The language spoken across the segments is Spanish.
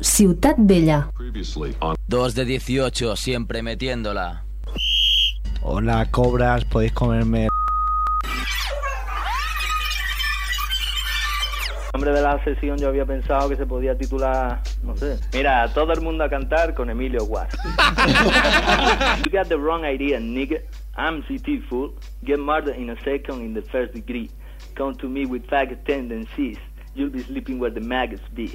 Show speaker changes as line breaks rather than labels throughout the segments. Ciutat Vella.
Dos de 18, siempre metiéndola.
Hola, cobras, podéis comerme.
El nombre de la sesión yo había pensado que se podía titular, no sé. Mira, todo el mundo a cantar con Emilio Guas. you got the wrong idea, nigga. I'm CT fool. Get murdered in a second in the first degree. Come to me with faggot tendencies. You'll be sleeping where the maggots be.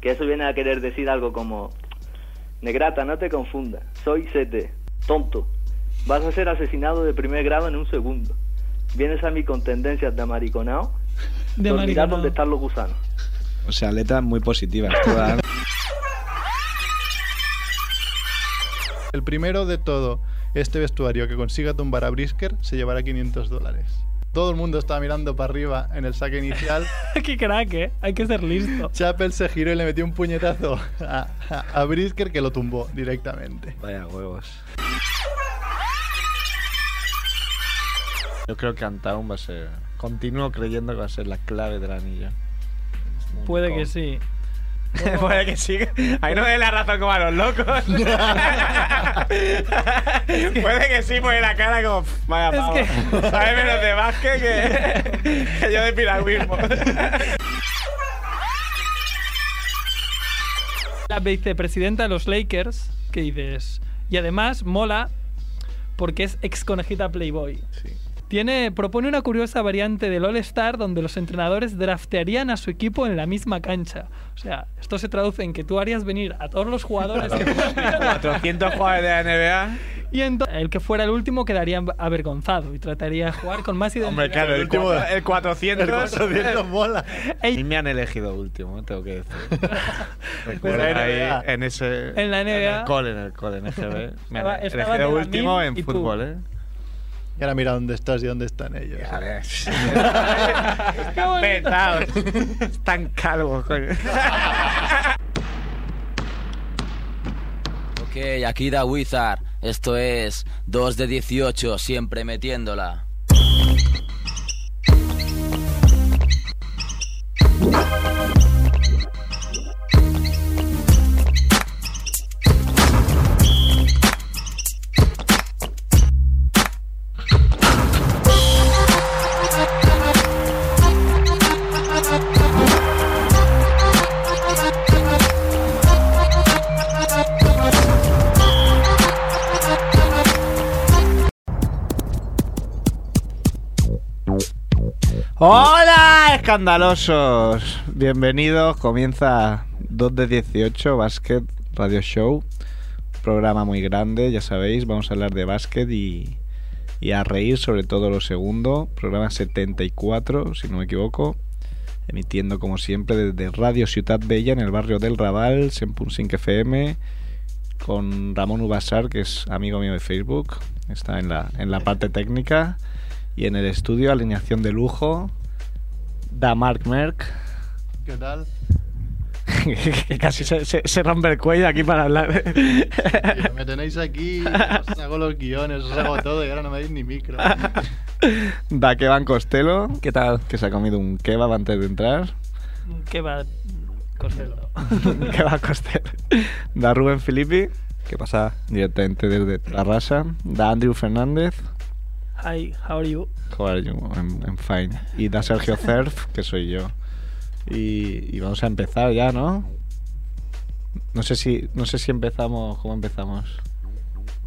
Que eso viene a querer decir algo como Negrata, no te confundas. Soy CT. Tonto. Vas a ser asesinado de primer grado en un segundo. Vienes a mí con tendencias de amariconao.
De
Por mirar
marihuana.
dónde están los gusanos.
O sea, letras muy positivas. todas.
El primero de todo, este vestuario que consiga tumbar a Brisker se llevará 500 dólares. Todo el mundo estaba mirando para arriba en el saque inicial.
Qué crack, ¿eh? Hay que ser listo.
Chappell se giró y le metió un puñetazo a, a- a Brisker que lo tumbó directamente.
Vaya huevos.
Yo creo que Antaun va a ser. Continúo creyendo que va a ser la clave del anillo.
Puede que sí.
Puede que sí. Ahí no le la razón como a los locos. Puede que sí, pone la cara como. "Pff, Vaya, pavo.
que-
Sabe menos de básquet que, que yo de piragüismo.
La vicepresidenta de los Lakers, que dices. Y además mola porque es ex conejita Playboy.
Sí.
Tiene, propone una curiosa variante del All-Star donde los entrenadores draftearían a su equipo en la misma cancha. O sea, esto se traduce en que tú harías venir a todos los jugadores que
400 jugadores de la NBA.
y ento- el que fuera el último quedaría avergonzado y trataría de jugar con más identidad.
Hombre, claro, el,
último-
cuatro-
El 400.
el 400 mola.
Ey.
Y me han elegido último, tengo que decir. Recuerdo
Pero
ahí
NBA.
en ese.
En la NBA.
En el cole, en el cole, en EGB. Me
Estaba-
han
estaba
elegido
Benjamín
último en
y tú.
fútbol, ¿eh?
Y ahora mira dónde estás y dónde están ellos.
Qué bonito.
Petados.
Están calvos, coño.
Ok, aquí da Wizard. Esto es 2 de 18, siempre metiéndola.
¡Hola, escandalosos! Bienvenidos, comienza 2 de 18, Basket Radio Show. Programa muy grande, ya sabéis, vamos a hablar de básquet y, y a reír, sobre todo lo segundo. Programa 74, si no me equivoco. Emitiendo como siempre desde Radio Ciudad Bella en el barrio del Raval, 100.5 FM, con Ramón Ubasar, que es amigo mío de Facebook, está en la, en la parte técnica. Y en el estudio, alineación de lujo, da Mark Merck,
¿Qué tal?
que casi se, se- se rompe el cuello aquí para hablar.
Tío, me tenéis aquí, os hago los guiones, os hago todo y ahora no me dais ni micro.
da Kevan Costello,
¿Qué tal?
que se ha comido un kebab antes de entrar.
Qué va. Costello.
kebab Costello. Da Rubén Filippi,
¿Qué pasa?
directamente desde Tarrasa. Da Andrew Fernández.
Hi, how are you?
How are you? I'm, I'm fine. Y da Sergio Cerf, que soy yo. Y, y vamos a empezar ya, ¿no? No sé si, no sé si empezamos, cómo empezamos.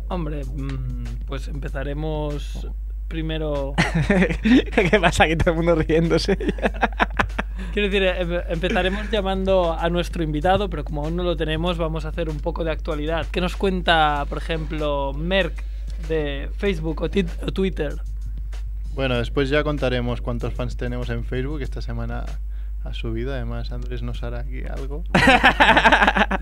Hombre, mm, pues empezaremos primero.
¿Qué pasa? Aquí todo el mundo riéndose.
Quiero decir, em- empezaremos llamando a nuestro invitado, pero como aún no lo tenemos, vamos a hacer un poco de actualidad. ¿Qué nos cuenta, por ejemplo, Merck de Facebook o, tit- o Twitter?
Bueno, después ya contaremos cuántos fans tenemos en Facebook. Esta semana ha subido, además Andrés nos hará aquí algo.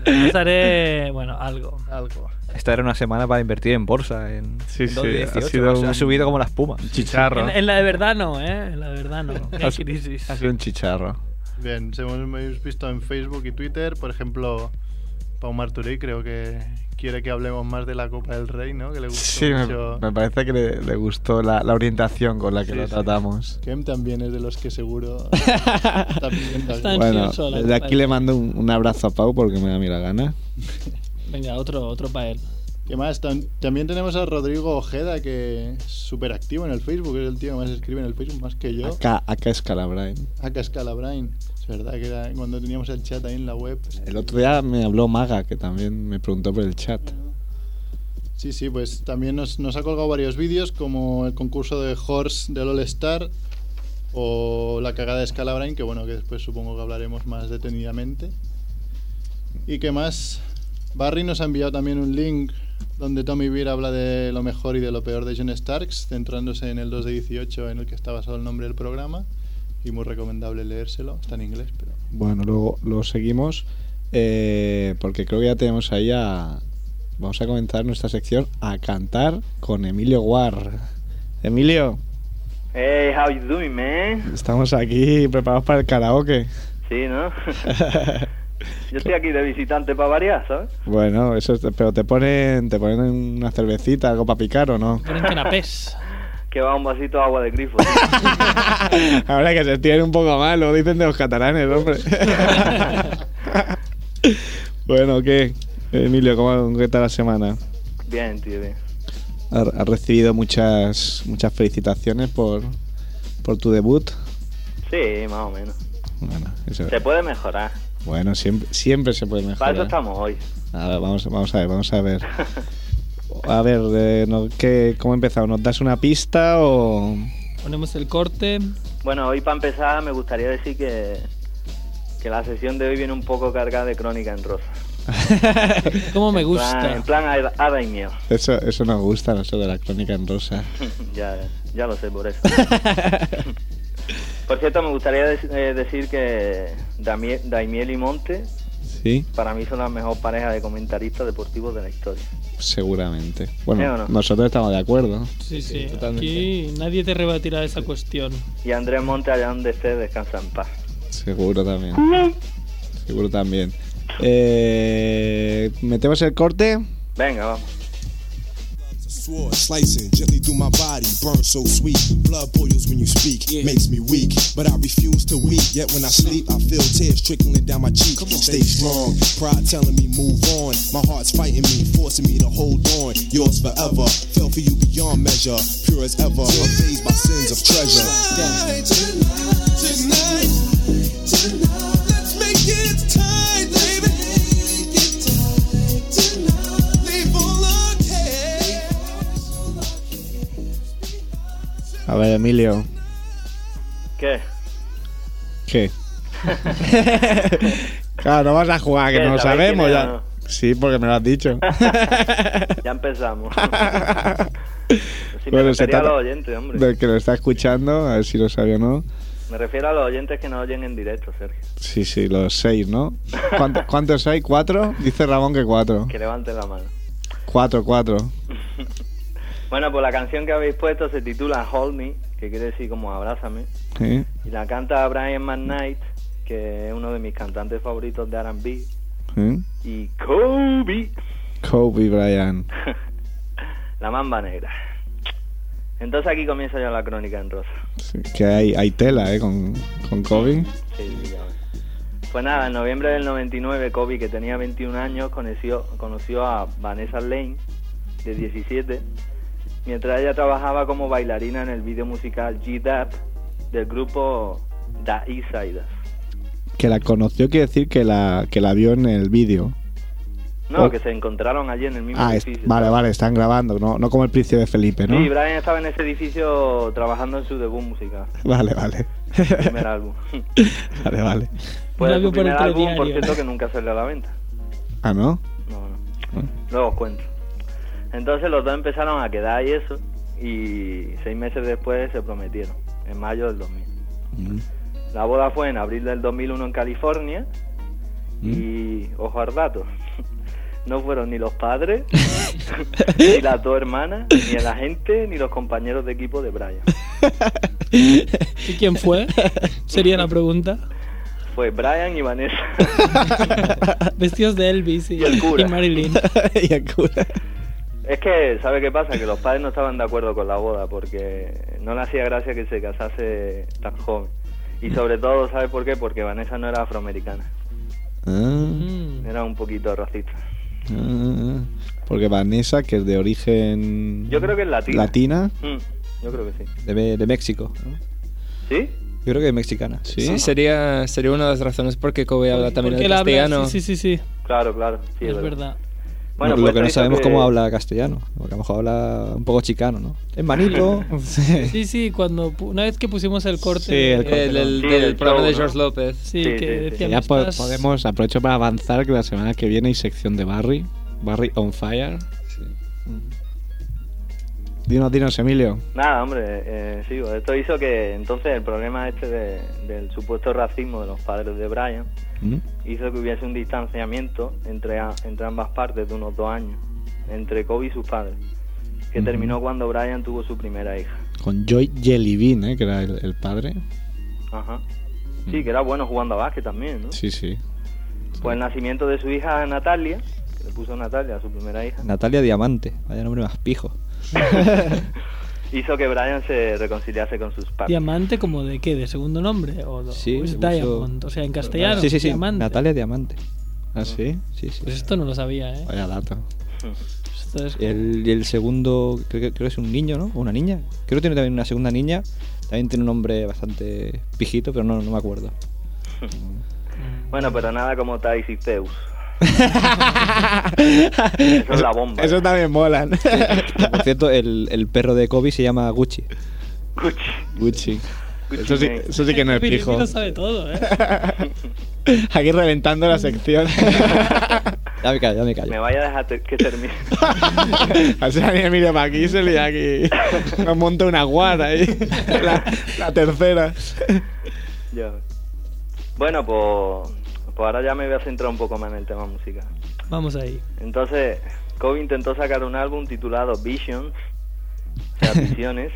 Les haré, Eh, bueno, algo.
Algo.
Esta era una semana para invertir en bolsa. En,
Sí,
en
sí,
2,18.
ha sido
Se
un-
ha subido como las pumas.
Chicharro.
En, en la de verdad no, ¿eh? En la de verdad no. Qué
Has-
crisis.
Ha sido un chicharro.
Bien, se hemos hemos visto en Facebook y Twitter, por ejemplo, Pau Marturey creo que quiere que hablemos más de la Copa del Rey, ¿no? Que le gustó
Sí, me,
mucho.
me parece que le, le gustó la, la orientación con la que
Sí,
lo
sí.
tratamos.
Kem también es de los que seguro está pidiendo
Está
algo.
en-
Bueno,
ansioso, la
desde
verdad.
aquí le mando un, un abrazo a Pau porque me da a mí la gana.
Venga, otro, otro para él.
¿Qué más? Tam- También tenemos a Rodrigo Ojeda, que es súper activo en el Facebook, es el tío que más escribe en el Facebook, más que yo.
Acá, acá es Calabra, ¿eh?
A Cascalabrain. Es verdad que era cuando teníamos el chat ahí en la web.
El otro día me habló Maga, que también me preguntó por el chat.
Sí, sí, pues también nos, nos ha colgado varios vídeos, como el concurso de Horse del All Star o la cagada de Scalabrine, que bueno, que después supongo que hablaremos más detenidamente. ¿Y qué más? Barry nos ha enviado también un link donde Tommy Beer habla de lo mejor y de lo peor de John Starks, centrándose en el 2 de 18 en el que está basado el nombre del programa. Y muy recomendable leérselo, está en inglés, pero...
Bueno, luego lo seguimos eh, porque creo que ya tenemos ahí a... Vamos a comenzar nuestra sección a cantar con Emilio Guar. Emilio,
Hey, how you doing, man?
estamos aquí preparados para el karaoke.
Sí, ¿no? Yo estoy aquí de visitante para variar, ¿sabes?
bueno, eso es- pero te ponen, te ponen una cervecita, algo para picar o no.
Ponen canapés.
Que va un vasito de agua de grifo. tío.
Ahora que se estiren un poco más, lo dicen de los catalanes, hombre. bueno, ¿qué? Emilio, ¿cómo, ¿qué tal la semana?
Bien, tío, bien.
Has has recibido muchas muchas felicitaciones por, por tu debut.
Sí, más o menos.
Bueno, eso-
Se puede mejorar.
bueno, siempre, siempre se puede
Para eso
mejorar. ¿eh?
estamos hoy.
A ver, vamos, vamos a ver, vamos a ver. A ver, eh, no- ¿qué- ¿cómo empezamos? ¿Nos das una pista o...?
Ponemos el corte.
Bueno, hoy para empezar me gustaría decir que, que la sesión de hoy viene un poco cargada de crónica en rosa.
¿Cómo me
Plan-
gusta?
En plan, hada- hada y miedo.
Eso, eso nos gusta, eso de la crónica en rosa.
ya, ya lo sé por eso. por cierto, me gustaría dec- eh, decir que Damie- Daimiel y Monte
¿Sí?
para mí son la mejor pareja de comentaristas deportivos de la historia.
Seguramente.
¿Sí
Bueno,
o no?
nosotros estamos de acuerdo.
Sí, sí.
totalmente.
Aquí nadie te rebatirá esa cuestión.
Y Andrés Monte, allá donde esté, descansa en paz.
Seguro también. Seguro también. Eh, ¿Metemos el corte?
Venga, vamos.
Sword slicing gently through my body, burn so sweet. Blood boils when you speak, makes me weak. But I refuse to weep. Yet when I sleep, I feel tears trickling down my cheek. Stay strong, pride telling me move on. My heart's fighting me, forcing me to hold on. Yours forever, fell for you beyond measure, pure as ever. Amazed by sins of treasure. Tonight, tonight, tonight, let's make it tight, baby. Leave all our
A ver, Emilio.
¿Qué?
¿Qué? claro, no vas a jugar, que
¿Qué?
no lo
¿Sabéis quién
sabemos
era,
ya.
no?
Sí, porque me lo has dicho.
Ya empezamos. Si me
Bueno, se
refería a
trata-
los oyentes, hombre.
Del que lo está escuchando, a ver si lo sabe o no.
Me refiero a los oyentes que nos oyen en directo, Sergio.
Sí, sí, los seis, ¿no? ¿Cuánto- ¿Cuántos hay? ¿Cuatro? Dice Ramón que cuatro.
Que levanten la mano.
Cuatro, cuatro.
Bueno, pues la canción que habéis puesto se titula Hold Me, que quiere decir como abrázame.
¿Eh?
Y la canta Brian McKnight, que es uno de mis cantantes favoritos de RB.
¿Eh?
Y Kobe,
Kobe Bryant.
la mamba negra. Entonces aquí comienza ya la crónica en rosa.
Sí, que hay, hay tela, ¿eh? Con, con Kobe.
Sí, sí, ya ves. Pues nada, en noviembre del 99, Kobe, que tenía 21 años, conoció, conoció a Vanessa Lane, de 17, mientras ella trabajaba como bailarina en el video musical G-Dap del grupo The Eastsiders.
Que la conoció quiere decir que la, que la vio en el vídeo.
No,
Oh.
que se encontraron allí en el mismo
Ah, es-
edificio.
vale, vale, están grabando, no, no como el príncipe Felipe, ¿no?
Sí, Brian estaba en ese edificio trabajando en su debut musical,
Vale, vale.
su primer álbum.
Vale, vale.
Un
Pues su
álbum por
primer
el
álbum, por
telediario.
cierto, que nunca salió a la venta.
Ah, ¿no?
No, no.
Ah.
Luego os cuento. Entonces los dos empezaron a quedar y eso. Y seis meses después se prometieron, en mayo del 2000.
Mm.
La boda fue en abril del 2001 en California. Y ojo al dato. No fueron ni los padres, ni las dos hermanas, ni la gente, ni los compañeros de equipo de Brian.
¿Y quién fue? Sería la pregunta.
fue Brian y Vanessa.
Vestidos de Elvis y,
Y el cura.
y Marilyn.
y el cura.
Es que, ¿sabe qué pasa? Que los padres no estaban de acuerdo con la boda porque no le hacía gracia que se casase tan joven. Y sobre todo, ¿sabe por qué? Porque Vanessa no era afroamericana,
Ah,
Mm.
era un poquito racista.
ah, ah. Porque Vanessa, que es de origen
Yo creo que es latina.
latina,
Mm, yo creo que sí.
de, de México. ¿no?
¿Sí?
Yo creo que es mexicana.
Sí, sería, sería una de las razones por qué Kobe habla también
Porque
el
él habla-
castellano.
Sí, sí, sí, sí,
Claro, claro. Sí,
es verdad.
Bueno,
No,
pues
lo que no
esto hizo
sabemos
que-
cómo habla castellano. Porque a lo mejor habla un poco chicano, ¿no? En Manilo. sí.
Sí, sí, cuando pu- una vez que pusimos el corte,
Sí, el corte.
El, el-
Sí,
del
el
programa
show,
de
¿no?
George López.
sí,
Sí,
que
sí, sí.
decían,
Ya po-
"Estás-
podemos, aprovecho para avanzar que la semana que viene hay sección de Barry. Barry on fire. Dinos, dinos, Emilio.
Nada, hombre, eh, sí, esto hizo que entonces el problema este de- del supuesto racismo de los padres de Brian
Mm.
hizo que hubiese un distanciamiento entre, a- entre ambas partes de unos dos años, entre Kobe y sus padres, que
Ujú.
terminó cuando Brian tuvo su primera hija.
Con Joy Jellybean, ¿eh? que era el, el padre.
¿Mm? Ajá. Sí, que era bueno jugando a básquet también, ¿no?
Sí, sí.
Pues el nacimiento de su hija Natalia, que le puso Natalia a su primera hija,
Natalia Diamante. Vaya nombre más pijo.
hizo que Brian se reconciliase con sus padres.
Diamante como de qué, de segundo nombre o, o
Sí,
es
le puso-
Diamond, o sea, en castellano,
sí, sí, sí.
Diamante.
Natalia Diamante.
¿Ah, sí?
Sí, sí.
Pues esto no lo sabía, ¿eh? Pues
Vaya dato.
Esto es-
Y el, y el segundo, creo, que- creo que es un niño, ¿no? O una niña. Creo que tiene también una segunda niña. También tiene un nombre bastante pijito, pero no, no me acuerdo.
Bueno, pero nada como Thais y Zeus. Eso es la bomba.
Eso también molan.
Por cierto, el, el perro de Kobe se llama Gucci.
Gucci.
Gucci.
Gucci
Eso sí,
Mane.
eso sí que no es
Piripi
fijo.
lo sabe todo, ¿eh?
Aquí reventando la sección.
Ya me callo, ya me
Me
callo.
vaya a dejar te- que termine.
Así a Emilio Paquisel y aquí nos monta una guara ahí. La, la tercera.
Ya. Bueno, pues, pues ahora ya me voy a centrar un poco más en el tema música.
Vamos ahí.
Entonces, Kobe intentó sacar un álbum titulado Visions, o sea, Visiones,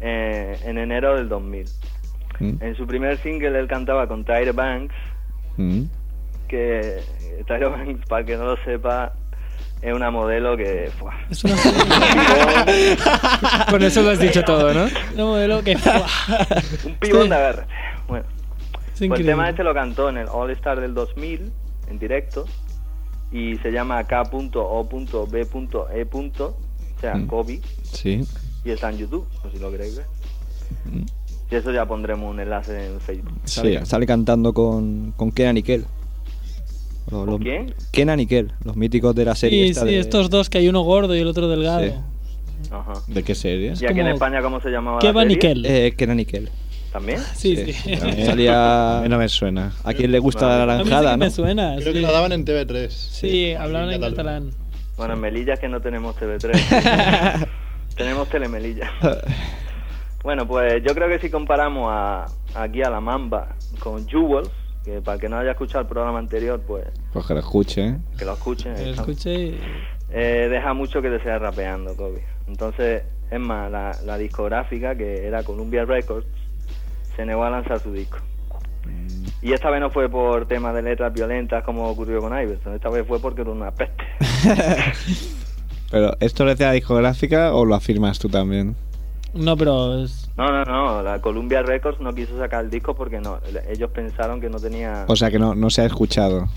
eh, en enero del 2000.
Mm,
En su primer single él cantaba con Tyra Banks,
mm.
que eh, Tyra Banks, para el que no lo sepa, es una modelo que... fuah,
Es una serie-
Con eso lo has dicho todo, ¿no?
una modelo que ¡buah!
un pibón de agarre. Bueno,
es
pues el tema
increíble.
este lo cantó en el All Star del 2000, en directo, y se llama K.O.B.E. E O sea,
Mm.
Kobe,
Sí.
y está en YouTube, por si lo queréis ver.
Mm.
Y eso ya pondremos un enlace en Facebook.
Sale, sale cantando con, con Kenan y Kel. Los- los-
quién?
Kenan y Kel, los míticos de la serie.
Sí,
esta
sí,
de-
estos dos que hay uno gordo y el otro delgado.
Sí.
Ajá.
¿De qué serie?
¿Y aquí en
como-
España cómo se llamaba?
¿Qué
la
va
serie?
Niquel?
Eh, Kenan y Kel.
¿También?
sí, sí.
Salía.
A mí no me suena.
A quien le gusta la
A mí sí
naranjada,
que
¿no?
me suena.
Creo
sí.
que la daban en TV3.
Sí, hablaban en catalán.
Bueno, en Melilla es que no tenemos TV3. tenemos Telemelilla. bueno, pues yo creo que si comparamos a, aquí a la Mamba con Jewels, que para el que no haya escuchado el programa anterior, pues
Pues que lo escuche, ¿eh?
que lo escuchen. ahí
Lo
está.
escuché y-
Eh, deja mucho que desear rapeando, Kobe. Entonces, es más, la, la discográfica, que era Columbia Records, se negó a lanzar su disco.
Mm.
Y esta vez no fue por temas de letras violentas como ocurrió con Iverson, esta vez fue porque era una peste.
Pero, ¿esto lo decía la discográfica o lo afirmas tú también?
No, pero es-
No, no, no, la Columbia Records no quiso sacar el disco porque no, ellos pensaron que no tenía...
O sea, que no, no se ha escuchado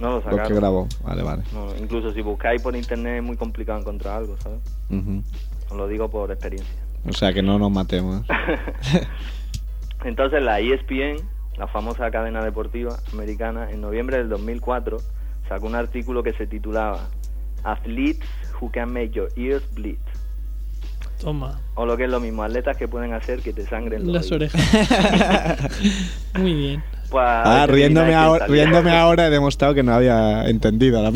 no lo
lo que
sacaron.
grabó. Vale, vale.
No, incluso si buscáis por internet es muy complicado encontrar algo, ¿sabes?
Ujú.
Os lo digo por experiencia.
O sea, que no nos matemos.
Entonces la E ESPN, la famosa cadena deportiva americana, en noviembre del 2004 sacó un artículo que se titulaba Athletes who can make your ears bleed.
toma,
O lo que es lo mismo, atletas que pueden hacer que te sangren los
las
oídos.
orejas. Muy bien.
Pues,
Ah,
ahí termina
riéndome
que
ahora,
salía.
riéndome ahora he demostrado que no había entendido la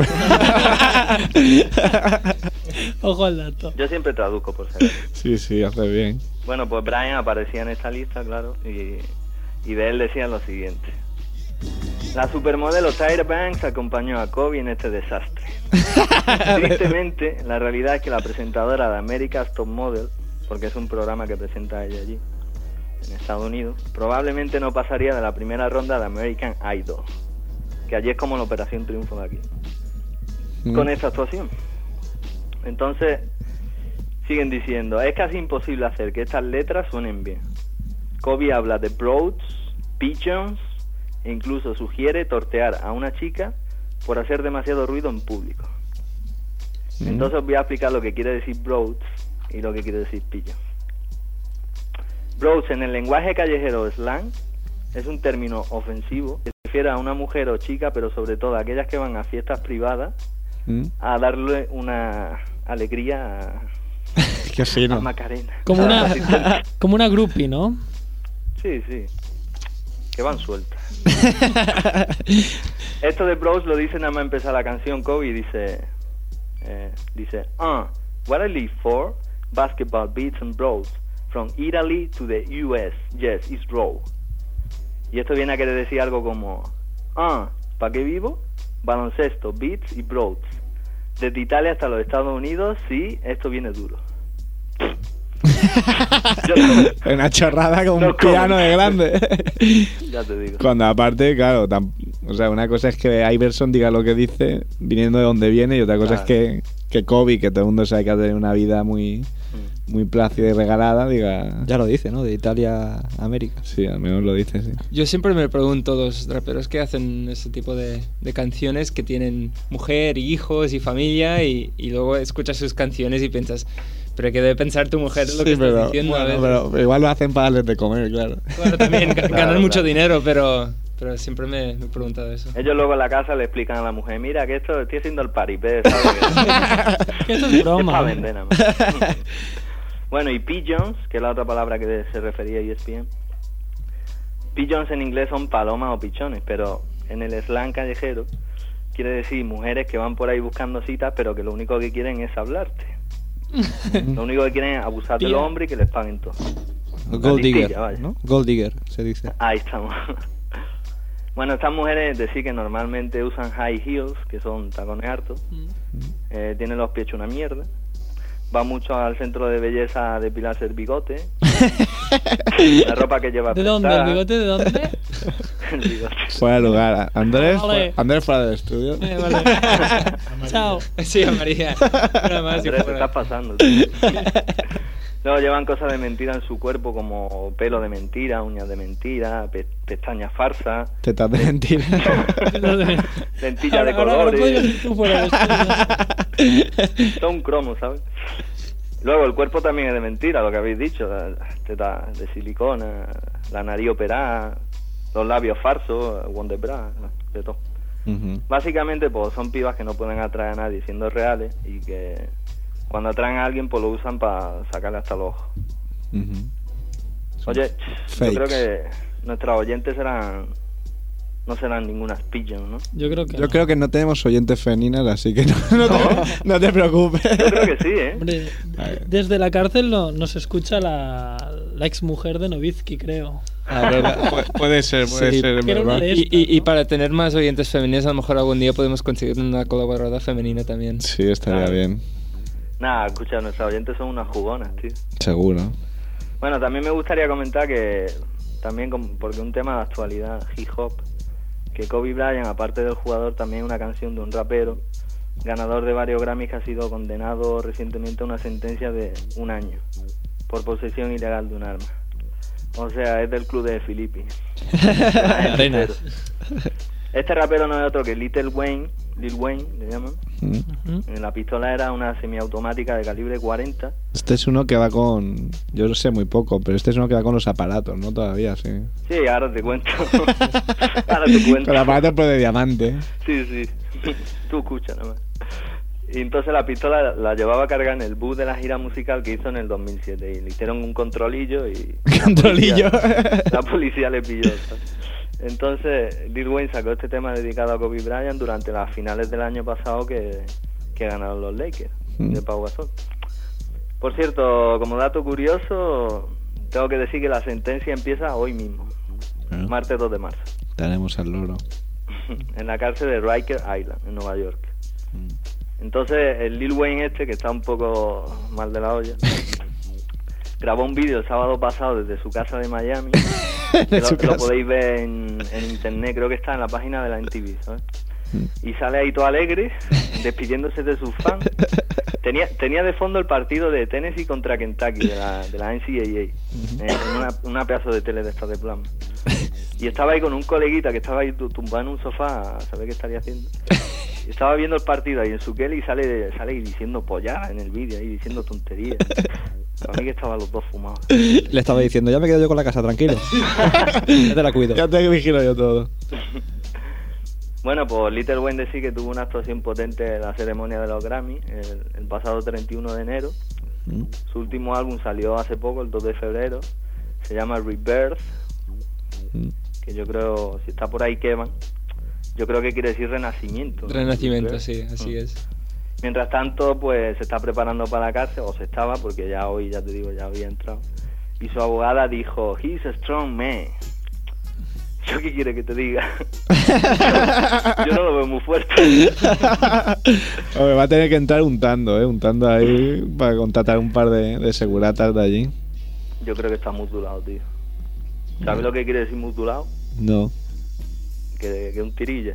Ojo al dato.
Yo siempre traduzco, por ser.
Sí, sí, hace bien.
Bueno, pues Brian aparecía en esta lista, claro, y, y de él decían lo siguiente. La supermodelo Tyra Banks acompañó a Kobe en este desastre. Tristemente, la realidad es que la presentadora de America's Top Model, porque es un programa que presenta ella allí, en Estados Unidos, probablemente no pasaría de la primera ronda de American Idol, que allí es como la Operación Triunfo de aquí, con esta actuación. Entonces, siguen diciendo, es casi imposible hacer que estas letras suenen bien. Kobe habla de broads, pigeons, e incluso sugiere tortear a una chica por hacer demasiado ruido en público. Entonces os voy a explicar lo que quiere decir broads y lo que quiere decir pillo. Broads en el lenguaje callejero o slang es un término ofensivo que se refiere a una mujer o chica, pero sobre todo a aquellas que van a fiestas privadas a darle una alegría a,
Que sí,
a
¿no?
Macarena.
Como
A
una,
las asistentes.
como una groupie, ¿no?
Sí, sí. Que van sueltas. Esto de Bros lo dice nada más empezar la canción Kobe y dice eh, dice ah what I live for basketball beats and bros from Italy to the US yes it's raw y esto viene a querer decir algo como ah ¿para qué vivo? baloncesto beats y bros desde Italia hasta los Estados Unidos sí esto viene duro
Una chorrada con
No
un piano de grande.
ya te digo
Cuando aparte, claro, tam- o sea, una cosa es que Iverson diga lo que dice viniendo de donde viene y otra cosa es que, que Kobe, que todo el mundo sabe que ha tenido una vida muy,
Mm.
muy plácida y regalada, diga...
Ya lo dice, ¿no? De Italia a América.
Sí, al menos lo dice, sí.
Yo siempre me pregunto los raperos que hacen ese tipo de, de canciones que tienen mujer, y hijos y familia y, y luego escuchas sus canciones y piensas, pero que debe pensar tu mujer lo
Sí,
que estás
pero,
diciendo a
bueno,
veces.
pero igual lo hacen para darles de comer, claro.
Claro, también ga-
Claro,
ganan mucho
claro.
dinero, pero, pero siempre me, me he preguntado eso.
Ellos luego en la casa le explican a la mujer, mira que esto estoy haciendo el paripé, ¿sabes?
Que esto es broma, ¿eh?
pa'
¿no?
vender nada más. bueno, y pigeons, que es la otra palabra que se refería a E ESPN. Pigeons en inglés son palomas o pichones, pero en el slang callejero quiere decir mujeres que van por ahí buscando citas, pero que lo único que quieren es hablarte. lo único que quieren es abusar del
Tía.
hombre y que les paguen todo.
Gold
listilla,
Digger,
vaya.
¿no? Gold Digger, se dice.
Ahí estamos. Bueno, estas mujeres decir que normalmente usan high heels, que son tacones hartos. Eh, tienen los pies hecho una mierda. Va mucho al centro de belleza a depilarse el bigote. la ropa que lleva
¿De dónde? ¿El
prestada.
bigote de dónde?
El bigote.
Fuera de lugar. Andrés,
Vale.
fu- Andrés fuera del estudio.
Eh, vale. Chao.
Sí, María. Nada más y
Andrés, te
fuera.
estás pasando. tío. Luego llevan cosas de mentira en su cuerpo como pelo de mentira, uñas de mentira, pe- pestañas farsa,
Te estás de mentira.
lentillas de
Ahora- ahora lo puedes
colores.
decir tú fuera del estudio.
Todo un cromo, ¿sabes? Luego, el cuerpo también es de mentira, lo que habéis dicho. La la teta de silicona, la nariz operada, los labios falsos, Wonderbra, de todo.
Ujú.
Básicamente, pues son pibas que no pueden atraer a nadie siendo reales y que cuando atraen a alguien, pues lo usan para sacarle hasta los ojos.
Ujú.
Oye, yo
fakes.
creo que nuestros oyentes serán. No serán ninguna pigeon, ¿no?
Yo creo que.
Yo
no.
creo que no tenemos oyentes femeninas, así que no, no te, no te preocupes.
Yo creo que sí, ¿eh?
Hombre,
A ver.
desde la cárcel no, nos escucha la, la ex mujer de Novitsky, creo.
Ah, verdad. Pu- puede ser, puede
Sí.
ser,
Que era una
¿verdad?
de
Y,
estas,
y- y
¿no?
para tener más oyentes femeninas, a lo mejor algún día podemos conseguir una colaboradora femenina también.
Sí, estaría
Claro.
bien,
Nada, escucha, nuestros oyentes son unas jugonas, tío.
seguro.
Bueno, también me gustaría comentar que también com- porque un tema de actualidad, hip hop, que Kobe Bryant, aparte del jugador, también es una canción de un rapero, ganador de varios Grammys que ha sido condenado recientemente a una sentencia de un año por posesión ilegal de un arma. O sea, es del club de Filippi.
Arenas.
Este rapero no es otro que Little Wayne, Lil Wayne le llaman.
Mm.
La pistola era una semiautomática de calibre 40
Este es uno que va con. Yo sé muy poco, pero este es uno que va con los aparatos, ¿no? Todavía, sí.
Sí, ahora te cuento. ahora te cuento.
Con aparatos, pero de diamante.
Sí, sí. Tú escucha nada más. Y entonces la pistola la llevaba a cargar en el bus de la gira musical que hizo en el 2007. Y le hicieron un controlillo y...
Controlillo.
La policía, la policía le pilló. ¿sabes? Entonces Lil Wayne sacó este tema dedicado a Kobe Bryant durante las finales del año pasado que, que ganaron los Lakers
Mm.
de Pau Gasol. Por cierto, como dato curioso, tengo que decir que la sentencia empieza hoy mismo,
Ah.
martes 2 de marzo.
Daremos al loro.
en la cárcel de Riker Island, en Nueva York.
Mm.
Entonces, el Lil Wayne este, que está un poco mal de la olla, grabó un vídeo el sábado pasado desde su casa de Miami.
De
lo,
su
lo
casa.
podéis ver en, en internet, creo que está en la página de la MTV, ¿sabes?
Mm.
Y sale ahí todo alegre, despidiéndose de sus fans. Tenía, tenía de fondo el partido de Tennessee contra Kentucky, de la, de la NCAA, en Eh, en una, una pedazo de tele de estas de plasma. Y estaba ahí con un coleguita que estaba ahí tu- tumbado en un sofá, ¿sabes qué estaría haciendo? Y Estaba viendo el partido ahí en su Kelly y sale, sale ahí diciendo pollada en el vídeo, ahí diciendo tonterías. Para mí que estaban los dos fumados.
Le estaba diciendo, ya me quedo yo con la casa, tranquilo. ya te la cuido. Ya te vigilo yo todo.
Bueno, pues Little Wendy sí que tuvo una actuación potente en la ceremonia de los Grammy el, el pasado 31 de enero. Su último álbum salió hace poco, el 2 de febrero. Se llama Rebirth, que yo creo, si está por ahí queman, yo creo que quiere decir renacimiento. ¿no?
Renacimiento,
Rebirth.
sí, así es.
Mientras tanto, pues se está preparando para la cárcel, o se estaba, porque ya hoy, ya te digo, ya había entrado. Y su abogada dijo, he's a strong man. ¿Yo qué quiere que te diga? yo no lo veo muy fuerte.
Hombre, va a tener que entrar untando, ¿eh? Untando ahí para contratar un par de, de seguratas de allí.
Yo creo que está mutulado, tío. ¿Sabes lo que quiere decir mutulado?
No.
Que, que un tirilla.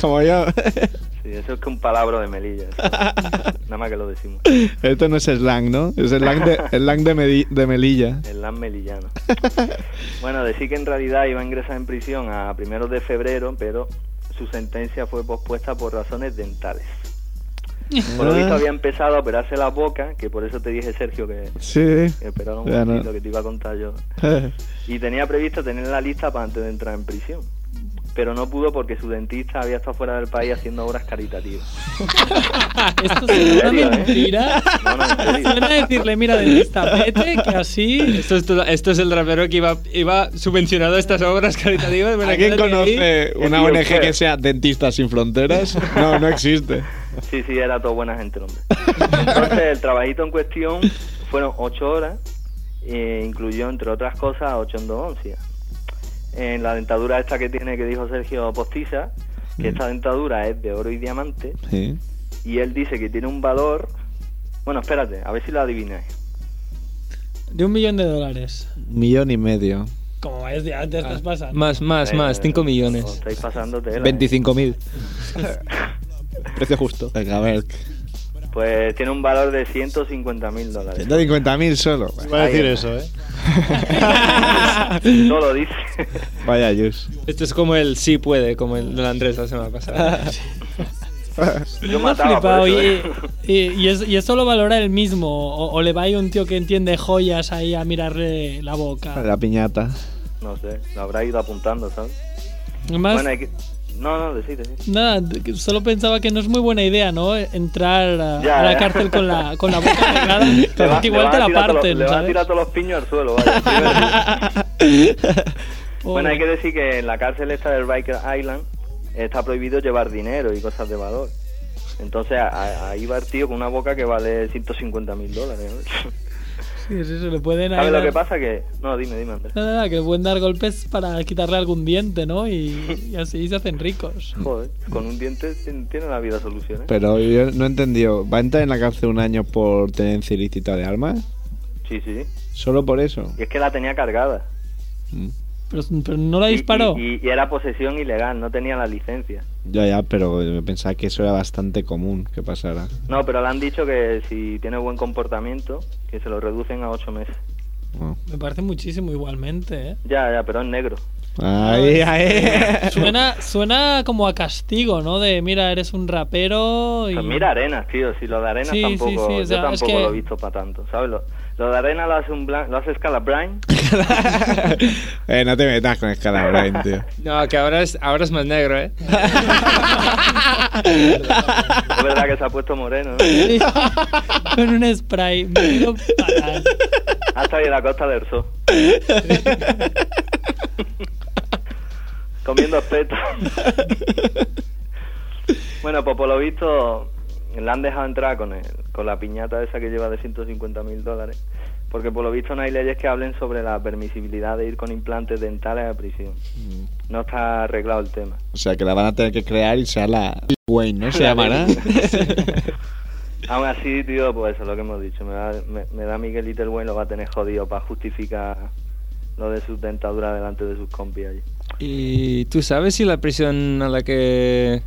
Como yo.
Sí, eso es que un palabra de Melilla. eso. Nada más que lo decimos.
Esto no es slang, ¿no? Es slang de, slang de, Medi- de
¿Eh?
Melilla.
El LAN melillano. Bueno, decir que en realidad iba a ingresar en prisión a primeros de febrero, pero su sentencia fue pospuesta por razones dentales. Por lo visto
Ah.
había empezado a operarse la boca, que por eso te dije, Sergio, que,
Sí.
que esperara un
Ya no.
momentito que te iba a contar yo. Y tenía previsto tener la lista para antes de entrar en prisión. Pero no pudo porque su dentista había estado fuera del país haciendo obras caritativas.
Esto es una
¿En serio, eh?
mentira.
No, no, en serio.
Suena decirle, mira, dentista, vete, que así.
Esto es, todo- esto es el rapero que iba, iba subvencionado a estas obras caritativas.
¿A quién conoce una
tío,
ONG que
pues.
sea Dentistas Sin Fronteras? No, no existe.
Sí, sí, era todo buena gente el hombre. Entonces, el trabajito en cuestión fueron ocho horas, e incluyó, entre otras cosas, ocho endodoncias. En la dentadura esta que tiene, que dijo Sergio Postiza, que esta dentadura es de oro y diamante,
Sí.
y él dice que tiene un valor... Bueno, espérate, a ver si lo adivináis.
De un millón de dólares.
Millón y medio.
Como vayas de antes, estás pasando.
Más, más, más. 5
Os
millones.
estáis pasando tela, ¿eh?
25.000. Precio justo.
Venga, a ver.
Pues tiene un valor de 150 mil dólares.
150.000 solo.
Iba a decir eso, ¿eh?
Solo dice.
Vaya, Jus.
Esto es como el sí puede, como el de Andrés la semana pasada.
Yo
Me ha
mataba por
flipado,
eso,
y,
¿eh?
y- y es- y eso lo valora él mismo. O, o le va a ir un tío que entiende joyas ahí a mirarle la boca.
La piñata.
No sé, lo habrá ido apuntando, ¿sabes?
Además,
Bueno, hay que... No, no, decide,
nada, d- que solo pensaba que no es muy buena idea, ¿no? Entrar a,
Ya,
a la
ya.
cárcel con la, con la boca pegada.
Le va-
porque igual
le
te
van a
la
tirar todos-
parten,
Le van a
¿sabes?
tirar todos los piños al suelo. vaya, sí, vaya.
O-
bueno, hay que decir que en la cárcel esta del Riker Island está prohibido llevar dinero y cosas de valor. Entonces a- a- ahí va el tío con una boca que vale 150 mil dólares. ¿no?
Sí, sí, se le pueden ahí
¿Sabes lo
dar-
que pasa? Que... No, dime, dime, Andrés.
Nada, nada, que pueden dar golpes para quitarle algún diente, ¿no? Y, y así se hacen ricos.
Joder, con un diente tien- tiene la vida solución, ¿eh?
Pero yo no he entendido. ¿Va a entrar en la cárcel un año por tenencia ilícita de armas?
Sí, sí.
¿Solo por eso?
Y es que la tenía cargada.
Mm. Pero, pero no la
Y-
disparó.
Y, y- y era posesión ilegal, no tenía la licencia.
Ya, ya, pero yo pensaba que eso era bastante común que pasara.
No, pero le han dicho que si tiene buen comportamiento, que se lo reducen a 8 meses.
No.
Me parece muchísimo igualmente, ¿eh?
Ya, ya, pero es negro.
Ahí, ahí.
Suena, suena como a castigo, ¿no? De mira, eres un rapero y.
Pues mira Arenas, tío, si lo de Arenas
Sí, sí,
tampoco,
sí, o sea,
yo
es
tampoco
que-
lo he visto para tanto, ¿sabes? Lo, lo de Arenas lo hace, un blan- lo hace Scalabrine,
eh, no te metas con Scalabrine, tío.
No, que ahora es, ahora es más negro, ¿eh?
es verdad que se ha puesto moreno, ¿no?
con un spray. venido para-
Hasta de la costa del sol. Comiendo espeto. bueno, pues por lo visto la han dejado entrar con, el, con la piñata esa que lleva de 150 mil dólares. Porque por lo visto no hay leyes que hablen sobre la permisibilidad de ir con implantes dentales a prisión.
Mm.
No está arreglado el tema.
O sea, que la van a tener que crear y sea la... Wayne, ¿no? Se llamará.
Aún así, tío, pues eso es lo que hemos dicho. Me da, me, me da Miguelito el bueno, lo va a tener jodido para justificar lo de sus dentaduras delante de sus compis allí.
¿Y tú sabes si la prisión a la que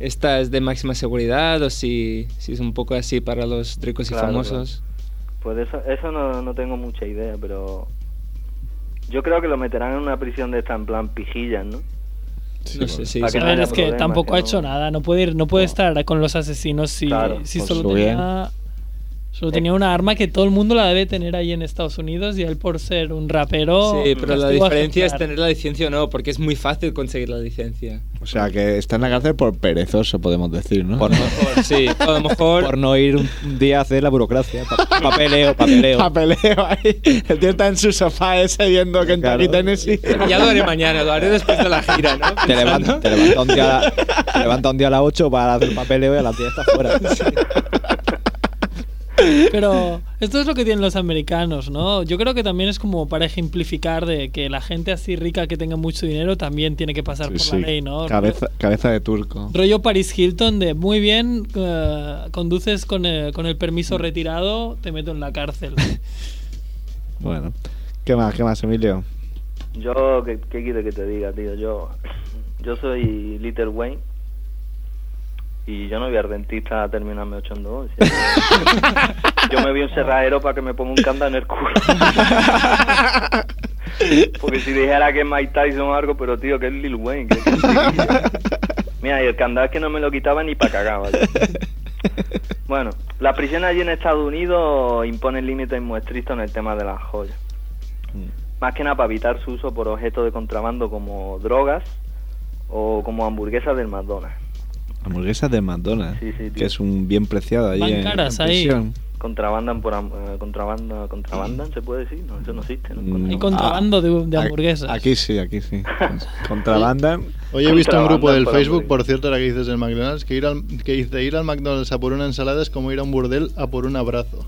está es de máxima seguridad o si, si es un poco así para los ricos y
Claro,
famosos?
Pues eso, eso no, no tengo mucha idea, pero yo creo que lo meterán en una prisión de esta en plan pijillas, ¿no?
no sé si
Para
A
no
ver,
haya
es que
problemas,
tampoco
que
ha
no-
hecho nada. No puede ir, no puede estar con los asesinos si,
Claro, pues,
si
por
solo
su
tenía. Solo
Eh.
tenía una arma que todo el mundo la debe tener ahí en Estados Unidos y él por ser un rapero.
Sí, pero la
castigo
diferencia es
ejemplar.
tener la licencia o no, porque es muy fácil conseguir la licencia.
O sea, que está en la cárcel por perezoso, podemos decir, ¿no?
Por- sí, a lo mejor
Por no ir un- un día a hacer la burocracia. pa- papeleo, papeleo.
Papeleo ahí. El tío está en su sofá ese viendo Kentucky,
Claro.
Tennessee.
ya lo haré mañana, lo haré después de la gira, ¿no?
Te levanta, te levanta un día a la- te levanta un día a las 8 para hacer papeleo y a las 10 estás fuera.
Pero esto es lo que tienen los americanos, ¿no? Yo creo que también es como para ejemplificar de que la gente así rica que tenga mucho dinero también tiene que pasar por
Sí,
la ley, ¿no?
Cabeza, cabeza de turco.
Rollo Paris Hilton de muy bien, eh, conduces con, eh, con el permiso
Mm.
retirado, te meto en la cárcel.
Bueno. ¿Qué más, qué más, Emilio?
Yo, ¿qué, qué quiero que te diga, tío? Yo, yo soy Little Wayne y yo no voy al dentista a terminarme echando hoy. ¿sí? yo me vi un cerrajero para que me ponga un candado en el culo. Porque si dijera que es Mike Tyson o algo, pero tío, que es Lil Wayne. que es un chiquillo. Mira, y el candado es que no me lo quitaba ni para cagar, ¿vale? Bueno, las prisiones allí en Estados Unidos imponen límites muy estrictos en el tema de las joyas
Mm.
más que nada para evitar su uso por objetos de contrabando como drogas o como hamburguesas del McDonald's.
Hamburguesas de McDonald's,
Sí, sí, tío.
que es un bien preciado ahí
Van
en,
caras
en
ahí.
prisión.
Contrabandan por ham- eh, contrabanda, contrabandan se puede decir, no, eso no existe, ¿no?
Mm. ah,
Hay contrabando de, de
A-
hamburguesas.
Aquí sí, aquí sí. Contrabanda.
Hoy he visto un grupo
Contrabanda
del
por
Facebook,
hamburguesas.
por cierto, ahora que dices del McDonald's, que, ir al, que dice ir al McDonald's a por una ensalada es como ir a un burdel a por un abrazo.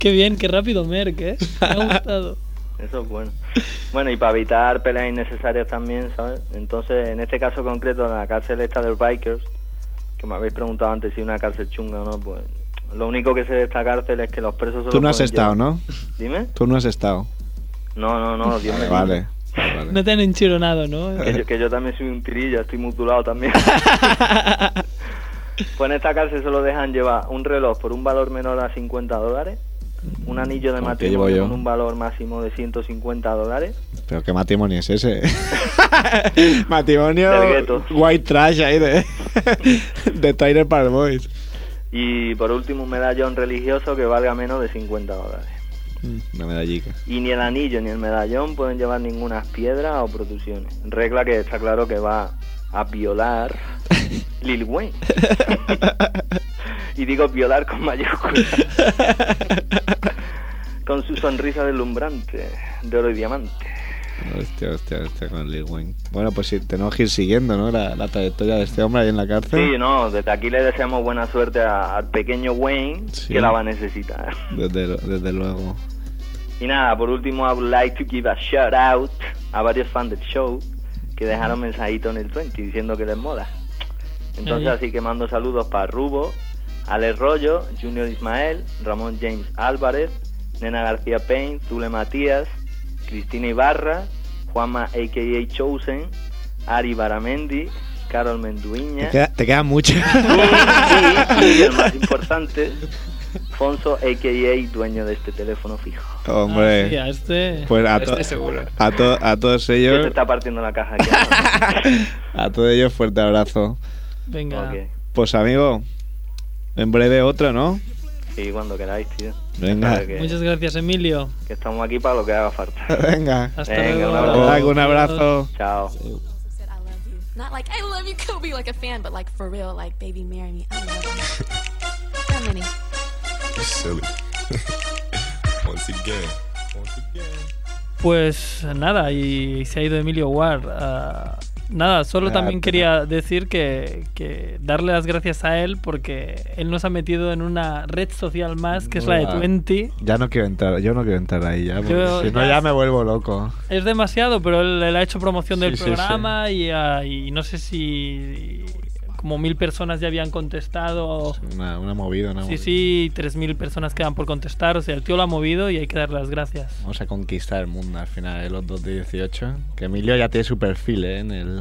Qué bien, qué rápido, Merck, ¿eh? Me ha gustado.
Eso es bueno. Bueno, y para evitar peleas innecesarias también, ¿sabes? Entonces, en este caso concreto, la cárcel esta del Bikers, que me habéis preguntado antes si es una cárcel chunga o no, pues lo único que sé de esta cárcel es que los presos solo
Tú no has
pueden
estado,
llevar-
¿no?
Dime.
Tú no has estado.
No, no, no, Dios me
Vale,
libre.
vale. vale.
No te han enchironado, ¿no?
Que yo, que yo también soy un tirilla, estoy mutilado también. pues en esta cárcel solo dejan llevar un reloj por un valor menor a 50 dólares, un anillo de
Como el que llevo
matrimonio
yo.
con un valor máximo de 150 dólares.
Pero qué matrimonio es ese. matrimonio
Del gueto.
white trash ahí de, de Tyler Park Boys.
Y por último, un medallón religioso que valga menos de 50 dólares.
Una medallica.
Y ni el anillo ni el medallón pueden llevar ninguna piedra o producciones. Regla que está claro que va a violar Lil Wayne. y digo violar con mayúsculas. con su sonrisa deslumbrante de oro y diamante.
Hostia, hostia, hostia con Lil Wayne. Bueno, pues sí, tenemos que ir siguiendo, ¿no? La, la trayectoria de este hombre ahí en la cárcel.
Sí, no, desde aquí le deseamos buena suerte a- al pequeño Wayne
Sí.
que la va a necesitar.
Desde, lo- desde luego.
Y nada, por último, I would like to give a shout out a varios fans del show que dejaron mensajito en el 20 diciendo que les mola. Entonces,
Ahí.
así que mando saludos para Rubo, Alex Rollo, Junior Ismael, Ramón James Álvarez, Nena García Payne, Zule Matías, Cristina Ibarra, Juanma a.k.a. Chosen, Ari Baramendi, Carol Menduiña,
Te, queda, te quedan muchas.
y, y- y el más importante, Fonso a.k.a. dueño de este teléfono fijo.
Hombre.
Hostia, este...
Pues a, to-
Estoy seguro.
a, to- a todos
Que se
ellos,
está partiendo la caja aquí ahora.
a todos ellos fuerte abrazo.
Venga.
Ok.
Pues amigo, en breve otro, ¿no?
Sí, cuando queráis, tío.
Venga.
Claro que,
Muchas gracias, Emilio.
que estamos aquí para lo que haga falta.
Venga.
Hasta
Venga,
luego.
un abrazo.
Venga, un abrazo.
Chao.
said I love you. Not like I love you, Kobe, like a fan, but like for real, like baby, marry me. I love you. How many?
Silly. Once again. Once again.
Pues nada, y se ha ido Emilio Ward. Ah, nada, solo
Ah,
también
pero-
quería decir que, que darle las gracias a él porque él nos ha metido en una red social más que es la de
Buah.
20.
Ya no quiero entrar, yo no quiero entrar ahí ya, porque
Yo-
si no ya me vuelvo loco.
Es demasiado, pero él, él ha hecho promoción del
Sí, sí,
programa y, ah, y no sé si como mil personas ya habían contestado.
Una, una movida, una
Sí,
movida.
sí, tres mil personas quedan por contestar. O sea, el tío lo ha movido y hay que darle las gracias.
Vamos a conquistar el mundo al final de los 2 de 18. Que Emilio ya tiene su perfil, ¿eh? En el...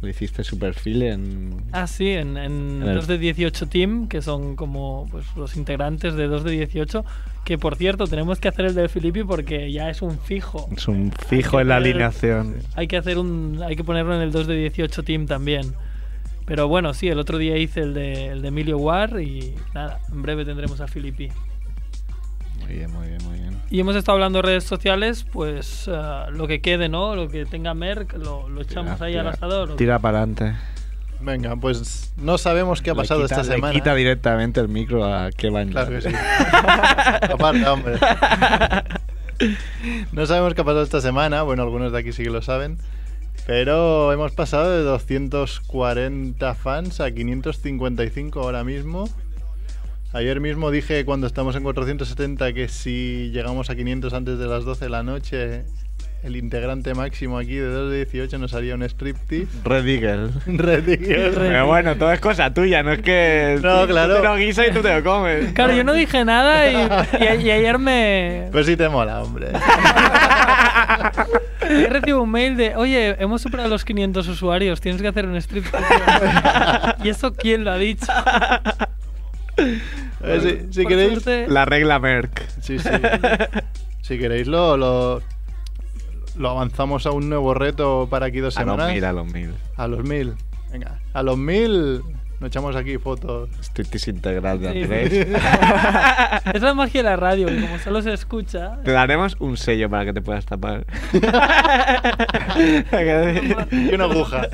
Le hiciste su perfil en...
Ah, sí, en, en
En el-
2 de 18 Team, que son como pues, los integrantes de 2 de 18. Que por cierto, tenemos que hacer el de Filippi porque ya es un fijo.
Es un fijo en la
hacer-
alineación.
Hay que hacer un hay que ponerlo en el 2 de 18 team también. Pero bueno, sí, el otro día hice el de, el de Emilio War y nada, en breve tendremos a Filippi.
Muy bien, muy bien, muy bien.
Y hemos estado hablando de redes sociales, pues eh, lo que quede, ¿no? Lo que tenga Merck, lo, lo echamos ahí al asador. ¿o qué?
Tira para adelante.
Venga, pues no sabemos qué ha
Le
pasado
quita-
esta
le
semana.
quita directamente el micro a Kevin.
Claro que sí. Aparta, hombre. No sabemos qué ha pasado esta semana, bueno, algunos de aquí sí que lo saben, pero hemos pasado de 240 fans a 555 ahora mismo. Ayer mismo dije cuando estamos en 470 que si llegamos a 500 antes de las 12 de la noche, el integrante máximo aquí de 2 de 18 nos haría un striptease.
Red Eagle.
Red Eagle.
Pero bueno, todo es cosa tuya, no es que.
No,
tú-
claro.
Tú te lo guisas y tú te lo comes.
Claro, yo no dije nada y, y a- y ayer me
Pues sí te mola, hombre.
ayer recibo un mail de, oye, hemos superado los 500 usuarios, tienes que hacer un strip. ¿Y eso quién lo ha dicho?
Eh, si- si
Por
queréis-
suerte-
La regla Merck.
Sí, sí. si queréis lo, lo, lo avanzamos a un nuevo reto para aquí dos
A los
semanas.
mil, a Ah, los mil.
A los mil. Venga, a los mil nos echamos aquí fotos.
Estoy desintegral de
Sí, sí.
Andrés.
Es la magia de la radio, que como solo se escucha,
Te daremos un sello para que te puedas tapar.
y una aguja.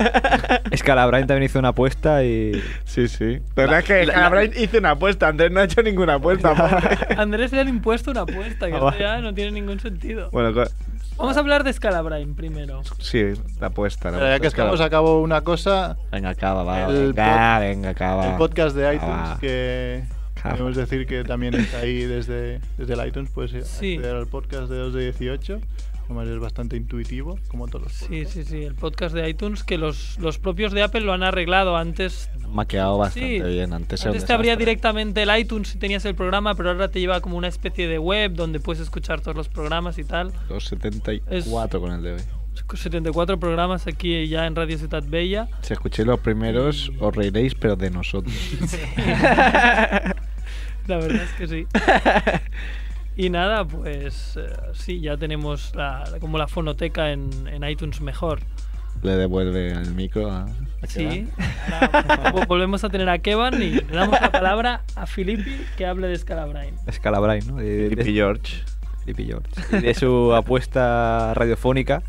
Es que Alabrain también hizo una apuesta y.
Sí, sí. La verdad es que Alabrain hizo una apuesta, Andrés no ha hecho ninguna apuesta. pobre.
Andrés le han impuesto una apuesta, que
Ah, va.
esto ya no tiene ningún sentido.
bueno, co-
Vamos a hablar de Scalabrine primero.
sí, la apuesta. la
Pero ya
apuesta
que
es que la-
estamos a cabo una cosa,
Venga, acaba, va.
El
Venga,
pod-
venga, acaba.
el podcast de
Acaba.
iTunes que
Acaba.
podemos decir que también está ahí desde, desde el iTunes, puedes acceder al podcast de 2 de 18. Además es bastante intuitivo, como todos los
Sí, sí, sí, el podcast de iTunes que los, los propios de Apple lo han arreglado antes.
Me ha quedado bastante
Sí.
bien. Antes, era un
Antes te abría
desastre.
directamente el iTunes si tenías el programa, pero ahora te lleva como una especie de web donde puedes escuchar todos los programas y tal.
Los 74 con el de hoy.
74 programas aquí ya en Radio Ciudad Bella.
Si escuchéis los primeros, os reiréis, pero de nosotros.
La verdad es que sí. Y nada, pues eh, sí, ya tenemos la- la- como la fonoteca en, en iTunes mejor.
Le devuelve el micro a. a
Sí.
Kevan.
Ahora vo- volvemos a tener a Kevan y le damos la palabra a Filippi que hable de Scalabrine.
Es que Alabrain, ¿no? De, de-
Flippy George.
Flippy George. Y de su apuesta radiofónica.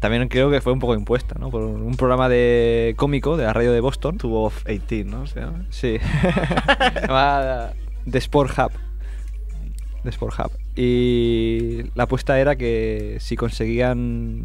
También creo que fue un poco impuesta, ¿no? Por un programa de cómico de la radio de Boston.
Two of 18, ¿no? Se llama.
Sí. Se llamaba The Sport Hub. The Sport Hub. Y la apuesta era que si conseguían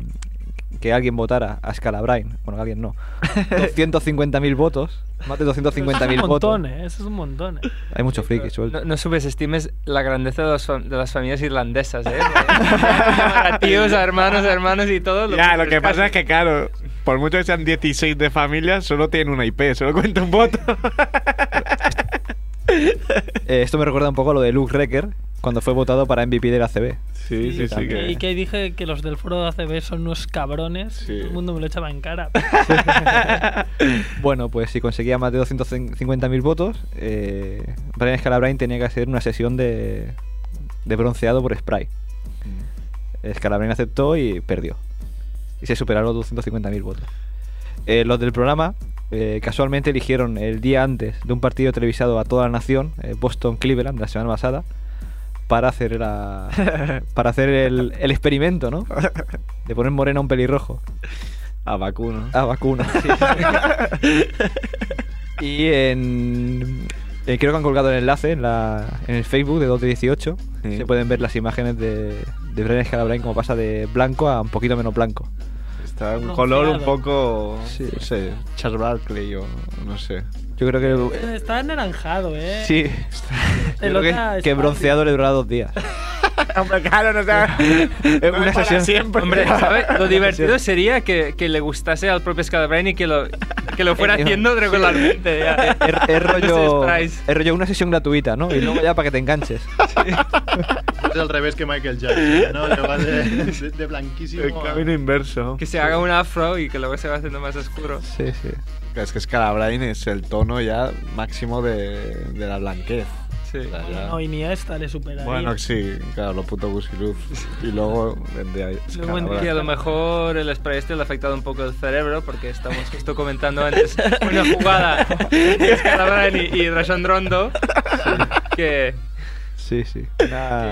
que alguien votara a Scalabrine, bueno, alguien no, 250.000 votos, más de
Eso es un
250.000 votos.
montón, ¿eh? Eso es un montón. ¿eh?
Hay mucho friki, suelto.
No, no subestimes la grandeza de, los fam- de las familias irlandesas, ¿eh? A tíos, a hermanos, a hermanos y todo.
Ya, lo que pasa es que, claro, por mucho que sean 16 de familia, solo tienen una IP, solo cuenta un voto.
Eh, esto me recuerda un poco a lo de Luke Recker cuando fue votado para MVP de la CB.
Sí, sí, sí. que-
Y que dije que los del foro de ACB son unos cabrones.
Sí.
Todo el mundo me lo echaba en cara.
Bueno, pues si conseguía más de 250.000 votos, eh, Brian Scalabrine tenía que hacer una sesión de, de bronceado por spray. Scalabrine aceptó y perdió. Y se superaron los 250.000 votos. Eh, los del programa eh, casualmente eligieron el día antes de un partido televisado a toda la nación, Boston-Cleveland, la semana pasada, para hacer, la, para hacer el, el experimento, ¿no? De poner moreno a un pelirrojo.
A vacuno.
A vacuna. y en, eh, creo que han colgado el enlace en, la, en el Facebook de 218.
Sí.
Se pueden ver las imágenes de, de Brian Scalabrine como pasa de blanco a un poquito menos blanco.
Está un
Bronceado.
color un poco.
Sí.
No sé, Charles Barkley o no sé.
Yo creo que...
Eh, Está anaranjado, ¿eh?
Sí.
El
Yo creo que-
otra es
que,
fácil.
bronceado le durará dos días.
Hombre, claro, no sea.
Una
sesión. siempre.
Hombre, ¿sabes? Lo divertido sería que, que le gustase al propio Scalabrine y que lo, que lo fuera haciendo regularmente. ya.
Es, es rollo,
No sé,
es rollo una sesión gratuita, ¿no? Y luego ya para que te enganches.
Es al revés que Michael Jackson, ¿no? Que va de, de- de blanquísimo ¿eh? a...
inverso.
Que se haga un afro y que luego se va haciendo más oscuro.
Sí, sí.
Es que Scalabrine es el tono ya máximo de, de la blanquez. O sea, ya-
No, y ni a esta le superaría.
Bueno, sí, claro, los putos Gusiluz. Y luego vendría
Y a lo
Scalabrine.
mejor el spray este le ha afectado un poco el cerebro porque estamos justo comentando antes una jugada de Scalabrine y, y Rashondrondo que
Sí, sí.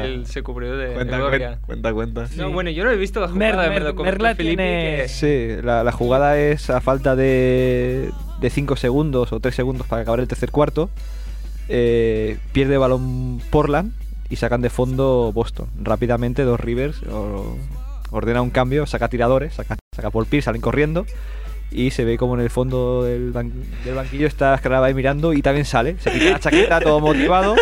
él se cubrió de de
Cuenta,
eh, gloria.
Ah. Cuenta, cuenta.
No, bueno, yo no he visto la jugada,
Mer-
me
Mer-
lo comentó
Merla
Felipe,
tiene-
que-
Sí, la, la jugada es a falta de 5 segundos o 3 segundos para acabar el tercer cuarto. eh, pierde balón Portland y sacan de fondo Boston. Rápidamente dos Rivers o- ordena un cambio, saca tiradores, saca, saca Paul Pierce, salen corriendo y se ve como en el fondo del, ban- del banquillo está Scarabay mirando y también sale. Se quita la chaqueta todo motivado.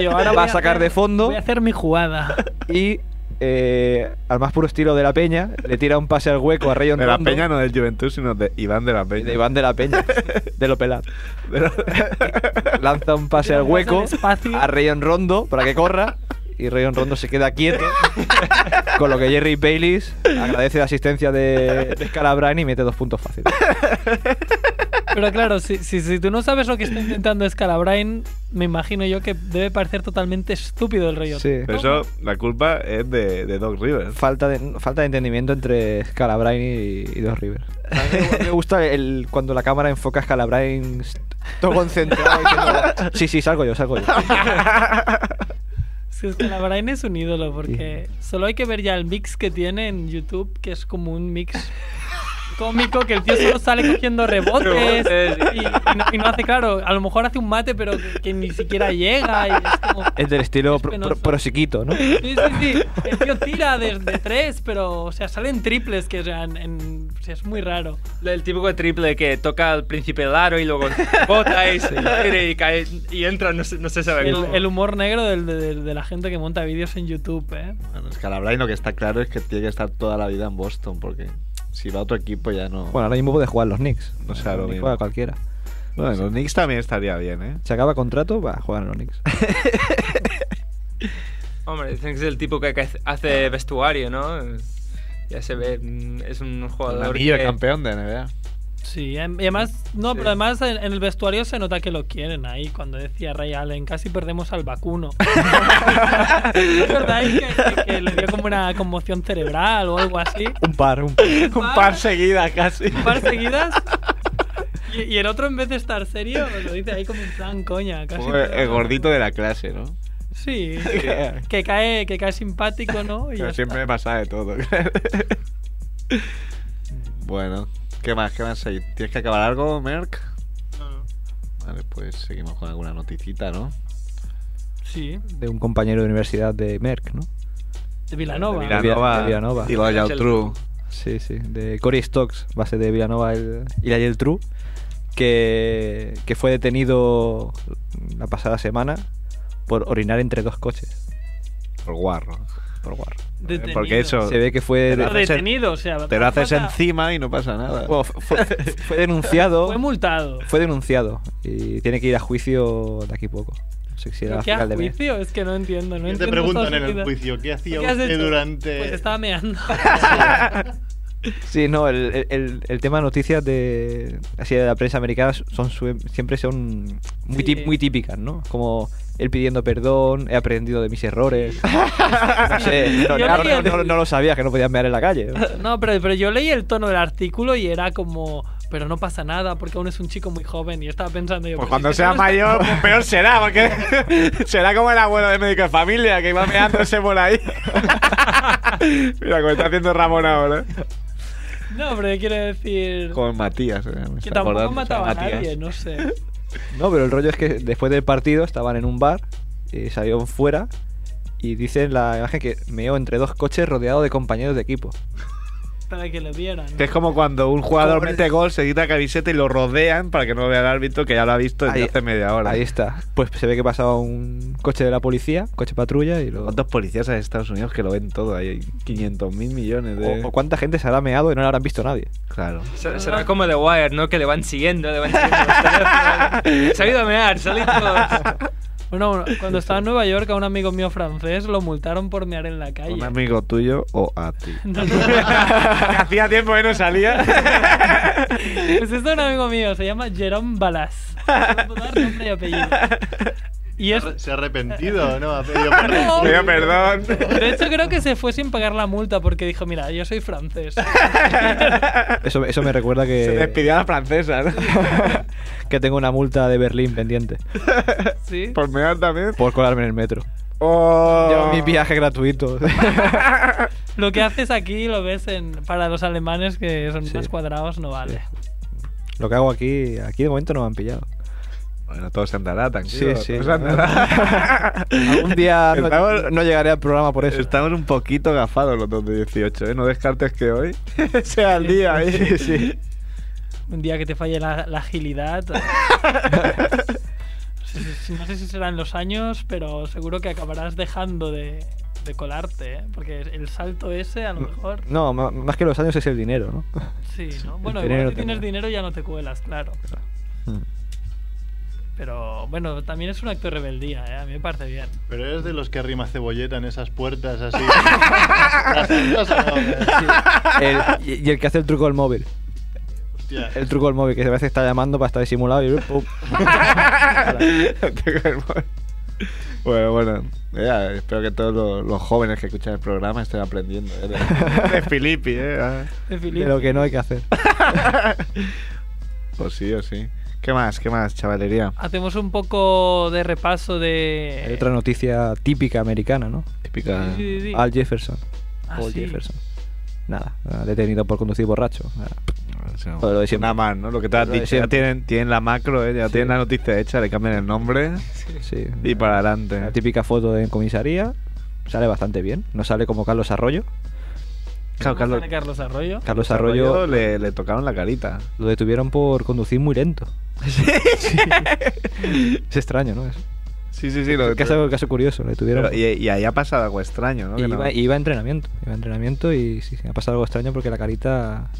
Yo ahora
va
voy
a sacar
hacer-
de fondo.
Voy a hacer mi jugada.
Y eh, al más puro estilo de la Peña, le tira un pase al hueco a Rayon
De la
Rondo.
Peña, no del Juventud, sino de Iván de la Peña.
De Iván de la Peña, de lo pelado. Lanza un pase al hueco a Rayon Rondo para que corra y Rayon Rondo se queda quieto. Con lo que Jerry Baylis agradece la asistencia de, de Scalabrine y mete dos puntos fáciles.
Pero claro, si, si, si tú no sabes lo que está intentando Scalabrine, me imagino yo que debe parecer totalmente estúpido el rollo.
Sí.
Pero eso, la culpa es de, de Doc Rivers.
Falta de, falta de entendimiento entre Scalabrine y, y Dos Rivers. A mí me- me gusta el, cuando la cámara enfoca a Scalabrine todo concentrado. diciendo, sí, sí, salgo yo, salgo yo.
Si Scalabrine es un ídolo, porque solo hay que ver ya el mix que tiene en YouTube, que es como un mix cómico, que el tío solo sale cogiendo rebotes y, y no, y no hace, claro, a lo mejor hace un mate, pero que, que ni siquiera llega. Y es como,
Es del estilo pro-
penoso.
pro- prosiquito, ¿no?
Sí, sí, sí. El tío tira desde tres, pero, o sea, salen triples, que o sea, en- en- o sea, es muy raro.
El típico triple que toca al príncipe del aro y luego bota y se aire y cae y entra, no se, no se sabe
El,
cómo.
el humor negro del- de, de la gente que monta vídeos en YouTube, ¿eh?
Bueno, Scalabrine lo que está claro es que tiene que estar toda la vida en Boston, porque si va a otro equipo ya no.
Bueno, ahora mismo puede jugar los Knicks.
O sea, lo
Ni
mismo.
Juega cualquiera.
Bueno, los Knicks también estaría bien, ¿eh?
Se acaba contrato, va a jugar en los Knicks.
Hombre, dicen que es el tipo que que hace vestuario, ¿no? Ya se ve, mm, es un jugador
Anillo de
que-
campeón de NBA.
Sí, em- y además, no,
Sí.
pero además en, en el vestuario se nota que lo quieren ahí. Cuando decía Ray Allen, casi perdemos al vacuno. ¿Es verdad? Es que, que- que le dio como una conmoción cerebral o algo así.
Un par, un par.
par.
Un par seguida casi.
Un par seguidas. Y, y el otro, en vez de estar serio, lo dice ahí como un plan coña. Casi
Fue el
perdemos.
gordito de la clase, ¿no?
Sí, que cae, que cae simpático, ¿no? Y ya
Pero siempre me pasa de todo. bueno, ¿qué más? ¿Qué más hay? ¿Tienes que acabar algo, Merck? Vale, pues seguimos con alguna noticita, ¿no?
está. Sí,
De un compañero de universidad de Merck, ¿no?
de Vilanova.
De Villanova. De Villanova.
Y lo de Yaltru.
Sí, sí. De Corey Stokes, base de Villanova el- y la Yale True, que, que fue detenido la pasada semana por orinar entre dos coches.
Por guarro.
Por guarro.
Detenido.
Porque eso
Se ve que fue.
Pero-
Retenido, o sea.
te lo haces
falta-
encima y no pasa nada.
bueno, fue, fue- fue denunciado.
Fue multado.
Fue denunciado. Y tiene que ir a juicio de aquí a poco. No sé si era
¿Pero
a
¿Qué a
final de mes.
juicio? Es que no entiendo. No
Que
entiendo
te preguntan
Estados
en el
Unidos.
juicio, ¿qué hacía
¿Qué has
usted
hecho?
durante...?
Pues estaba meando.
Sí, no, el, el- el- el tema de noticias de, así de la prensa americana son su- siempre son muy,
Sí.
tip- muy típicas, ¿no? Como él pidiendo perdón, he aprendido de mis errores. no sé, no,
Yo
claro,
leí
no, no-
el-
no lo sabías que no podías mear en la calle.
No, pero, pero yo leí el tono del artículo y era como. Pero no pasa nada porque aún es un chico muy joven. Y yo estaba pensando yo.
Pues
pero
cuando
es que
sea
solo está-
mayor, pues peor será, porque será como el abuelo de médico de familia que iba meándose por ahí. Mira, como está haciendo Ramón ahora. pues.
No, pero yo quiero decir.
Con Matías, eh, me
Que
Pues
está
tampoco
acordando,
mataba a
Matías.
nadie, no sé.
No, pero el rollo es que después del partido estaban en un bar, y salieron fuera y dicen la imagen que meo entre dos coches rodeado de compañeros de equipo.
para que lo vieran.
Que es como cuando un jugador
Como
mete gol, se quita la camiseta y lo rodean para que no vea el árbitro que ya lo ha visto desde
Ahí-
hace media hora.
Ahí está. Pues se ve que pasaba un coche de la policía, coche patrulla y lo...
¿Cuántos policías hay en Estados Unidos que lo ven todo? Ahí hay 500 mil millones de.
O, o cuánta gente se habrá meado y no lo habrán visto nadie.
Claro.
Será, será como The Wire, ¿no? Que le van siguiendo, le van siguiendo los teléfonos. Se ha ido a mear, salid todos.
Bueno, bueno, cuando estaba en Nueva York a un amigo mío francés lo multaron por mear en la calle.
Un amigo tuyo o a ti.
Hacía
tiempo que no salía.
Pues es de un amigo mío, se llama Jerome Balas. Puedo dar nombre y apellido. Y es...
¿Se ha arrepentido no? Ha pedido
No.
perdón.
Pidió
perdón.
De hecho, creo que se fue sin pagar la multa porque dijo, mira, yo soy francés.
Eso, eso me recuerda que...
Se despidió a la francesa, ¿no?
que tengo una multa de Berlín pendiente.
¿Sí?
Por mear también.
Por colarme en el metro.
Oh.
Yo, mi viaje gratuito.
Lo que haces aquí lo ves en, para los alemanes que son más cuadrados, no vale.
lo que hago aquí, aquí de momento no me han pillado.
Bueno, todo se andará,
Sí,
tranquilo.
sí.
todo se andará.
Algún día no,
Estamos-
no llegaré al programa por eso.
Estamos un poquito gafados los dos de 18, ¿eh? No descartes que hoy sea el día, ¿eh?
Sí, sí.
Un día que te falle la, la agilidad. o- Sí, sí, sí, no sé si serán los años, pero seguro que acabarás dejando de, de colarte, ¿eh? porque el salto ese a lo mejor...
No, ma- más que los años es el dinero, ¿no?
Sí, ¿no?
El
Bueno,
dinero
igual si tienes
tendrá.
dinero ya no te cuelas, claro.
Mm.
Pero bueno, también es un acto de rebeldía, ¿eh? a mí me parece bien.
Pero eres de los que arrima cebolleta en esas puertas así. Las puertas no,
El- y, y el que hace el truco del móvil.
Hostia.
El truco del móvil, que a veces está llamando para estar disimulado y... ¡pum!
bueno, bueno. Ya, espero que todos los, los jóvenes que escuchan el programa estén aprendiendo. ¿eh? De, de Filippi, ¿eh? Ah,
De
De
Filipe.
lo que no hay que hacer.
Pues sí, o sí. ¿Qué más? ¿Qué más, chavalería?
Hacemos un poco de repaso de...
Hay otra noticia típica americana, ¿no?
Típica.
Sí, sí, sí.
Al Jefferson.
Ah,
Paul
sí.
Jefferson. Nada, nada, detenido por conducir borracho. Nada.
O sea,
Todo lo de siempre.
Nada más, ¿no? Pues Lo que te has
Lo de
dicho. Ya
siempre.
tienen, tienen la macro, ¿eh? Ya tienen la noticia hecha, le cambian el nombre
Sí.
y para
La
adelante.
típica foto de comisaría. Sale bastante bien. No sale como Carlos Arroyo.
Claro, Carlos,
de Carlos Arroyo.
Carlos
Arroyo
Arroyo
le, le tocaron la carita.
lo detuvieron por conducir muy lento. Sí. Es extraño, ¿no? Es
Sí, sí, sí. Lo
caso, caso curioso. Lo detuvieron.
Pero- y, y ahí ha pasado algo extraño, ¿no? Que no-
iba, iba a entrenamiento. Iba a entrenamiento y sí, sí, ha pasado algo extraño porque la carita.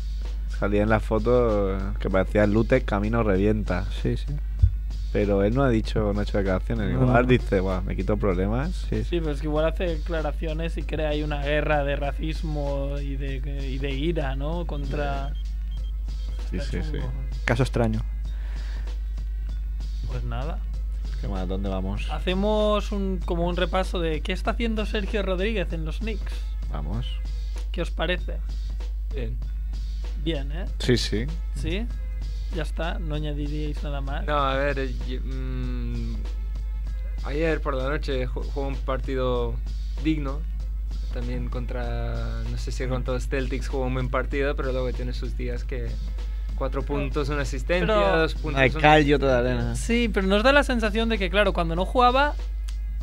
Salía en la foto que parecía Lute Camino Revienta.
Sí, sí.
Pero él no ha dicho, no ha hecho declaraciones.
No,
Igual
no.
dice, "Buah, me quito problemas.
sí, sí.
Sí, pues que igual hace declaraciones y crea ahí una guerra de racismo y de, y de ira, ¿no? Contra...
Sí, sí, sí.
Caso extraño.
Pues nada.
¿Qué más? ¿Dónde vamos?
Hacemos un, como un repaso de qué está haciendo Sergio Rodríguez en los Knicks.
Vamos.
¿Qué os parece?
Bien.
Bien, ¿eh?
Sí, sí.
¿Sí? Ya está, no añadiríais nada más.
No, a ver, eh, yo- mm, ayer por la noche ju- jugó un partido digno. También contra, no sé si contra los Celtics jugó un buen partido, pero luego tiene sus días que cuatro puntos, una asistencia,
pero-
dos puntos. un-
Sí, pero nos da la sensación de que, claro, cuando no jugaba,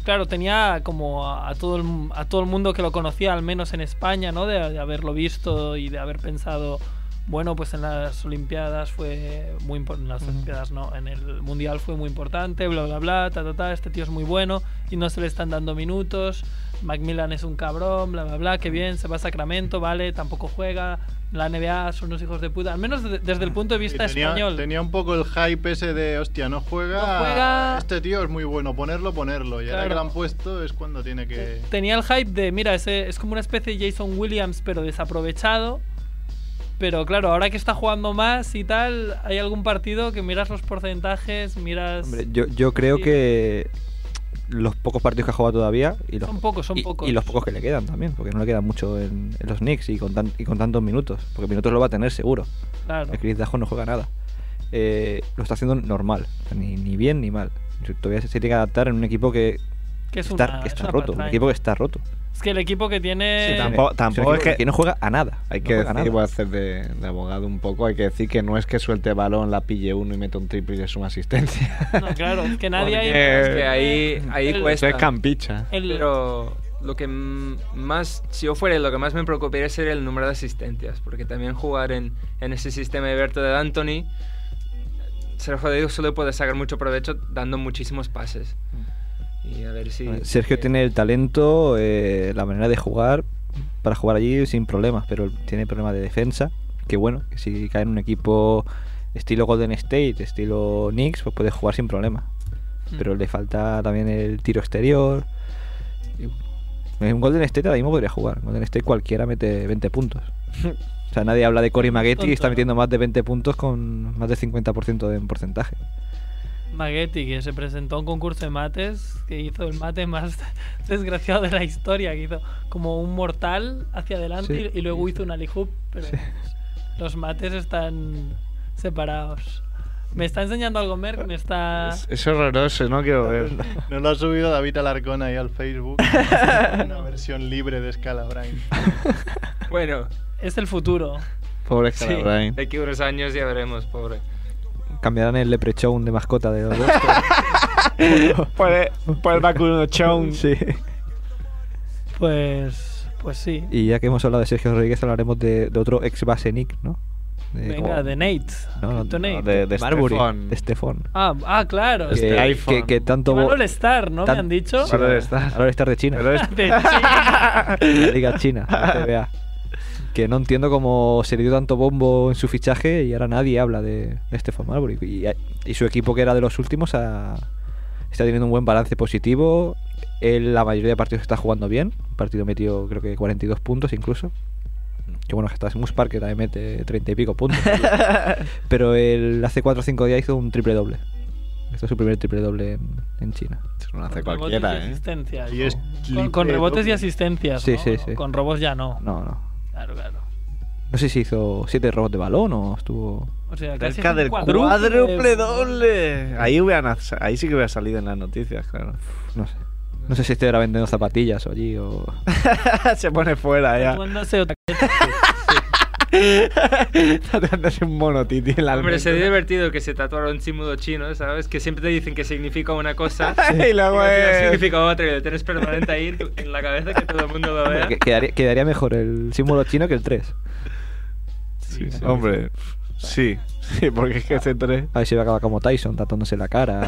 claro, tenía como a, a todo, el, mu- a todo el mundo que lo conocía, al menos en España, ¿no? De, de haberlo visto y de haber pensado, bueno, pues en las Olimpiadas fue muy importante, en las Olimpiadas no, en el Mundial fue muy importante, bla, bla, bla, ta, ta, ta, este tío es muy bueno y no se le están dando minutos, Macmillan es un cabrón, bla, bla, bla, que bien, se va a Sacramento, vale, tampoco juega. La NBA son unos hijos de puta, al menos de- desde el punto de
Y
vista
tenía,
español.
tenía un poco el hype ese de, hostia, no juega,
No juega.
Este tío es muy bueno, ponerlo, ponerlo. Y ahora que
Claro.
lo han puesto es cuando tiene que.
tenía el hype de, mira, ese es como una especie de Jason Williams, pero desaprovechado. Pero claro, ahora que está jugando más y tal, hay algún partido que miras los porcentajes, miras...
Hombre, yo, yo creo
Sí.
que los pocos partidos que ha jugado todavía y los,
Son pocos, son
y-
pocos.
y los pocos que le quedan también, porque no le quedan mucho en, en los Knicks y con, tan- y con tantos minutos, porque minutos lo va a tener seguro.
Claro.
El Chris Dajo no juega nada. Eh, lo está haciendo normal, o sea, ni, ni bien ni mal. Todavía se se tiene que adaptar en un equipo que,
Que es
está,
una-
que está
es una
roto, un
patraña.
equipo que está roto.
Es que el equipo que tiene...
Sí, tampoco-
un
tampoco es
equipo
que-
no juega a nada.
Hay
no
que
juega a
decir, voy a
nada.
hacer de, de abogado un poco, hay que decir que no es que suelte balón, la pille uno y meta un triple y le suma asistencia.
No, claro, es que nadie
Porque
ahí...
Es que ahí, ahí
El-
cuesta.
Eso es campicha.
el-
Pero lo que m- más, si yo fuera, lo que más me preocuparía sería el número de asistencias, porque también jugar en, en ese sistema abierto de Anthony, ser jodido solo puede sacar mucho provecho dando muchísimos pases.
Mm.
Y a ver si...
Eh, Sergio tiene el talento, eh, la manera de jugar para jugar allí sin problemas, pero tiene problemas de defensa. Que bueno, que si cae en un equipo estilo Golden State, estilo Knicks, pues puede jugar sin problemas. Pero le falta también el tiro exterior. Y En Golden State ahora mismo podría jugar. En Golden State cualquiera mete 20 puntos. O sea, nadie habla de Cory Maggetti y está metiendo más de 20 puntos con más de 50% de porcentaje.
Maggetti, que se presentó a un concurso de mates, que hizo el mate más desgraciado de la historia, que hizo como un mortal hacia adelante
Sí.
y, y luego hizo un alley-oop, pero los mates están separados. Me está enseñando algo Merck, me está...
Es horroroso, no quiero ver.
No lo ha subido David Alarcón ahí al Facebook. Una versión libre de Scalabrine.
Bueno.
Es el futuro.
Pobre
Sí,
Scalabrine.
de aquí a unos años ya veremos, pobre.
Cambiarán el Leprechaun de mascota de los dos.
por el, por el vacuno chon.
Sí.
Pues, pues sí.
Y ya que hemos hablado de Sergio Rodríguez, hablaremos de, de otro ex base Nick, ¿no? De
Venga,
como-
de Nate.
No, no,
Crypto
no,
Nate.
de, de
Marbury.
Stefan. De Stefan.
Ah, ah, claro.
Que- que- que, que tanto. bo-
Valor Star, ¿no?
tan-
Me han dicho.
Sí, Valor Star de China.
De China.
La Liga China, la CBA. Que no entiendo cómo se le dio tanto bombo en su fichaje y ahora nadie habla de, de Stefan Marbury. Y, y su equipo, que era de los últimos, ha- está teniendo un buen balance positivo. Él, la mayoría de partidos está jugando bien. Un partido metió, creo que 42 puntos incluso. Que bueno, que está Smush Park, que también mete 30 y pico puntos. Pero él hace 4 o 5 días hizo un triple doble. Este es su primer triple doble en, en China.
No hace ¿eh?
Rebotes y asistencias, ¿no? Con, con
triple
rebotes
doble.
y asistencias.
Sí,
¿no?
sí, sí.
Con robos ya no.
No, no.
Claro, claro.
No sé si hizo 7 robos de balón o estuvo.
O sea, casi
Cerca
es un
del
cuadruple.
cuádruple doble. Eh, Ahí, hubiera- ahí sí que hubiera salido en las noticias, claro.
No sé. No sé si este era vendiendo zapatillas o allí o.
Se pone fuera ya.
Tatuándose otra-
Tatuándose un mono, Titi, en la
Hombre, sería
almendra.
divertido que se tatuara un símbolo chino, ¿sabes? Que siempre te dicen que significa una cosa
Y luego
al final
es-
significa otra y lo tienes permanente ahí en tu- en la cabeza que todo el mundo lo vea.
Que- Quedaría, quedaría mejor el símbolo chino que el 3.
Hombre, sí. Sí, porque es que ese tres.
A ver si va a acabar como Tyson, tatuándose la cara.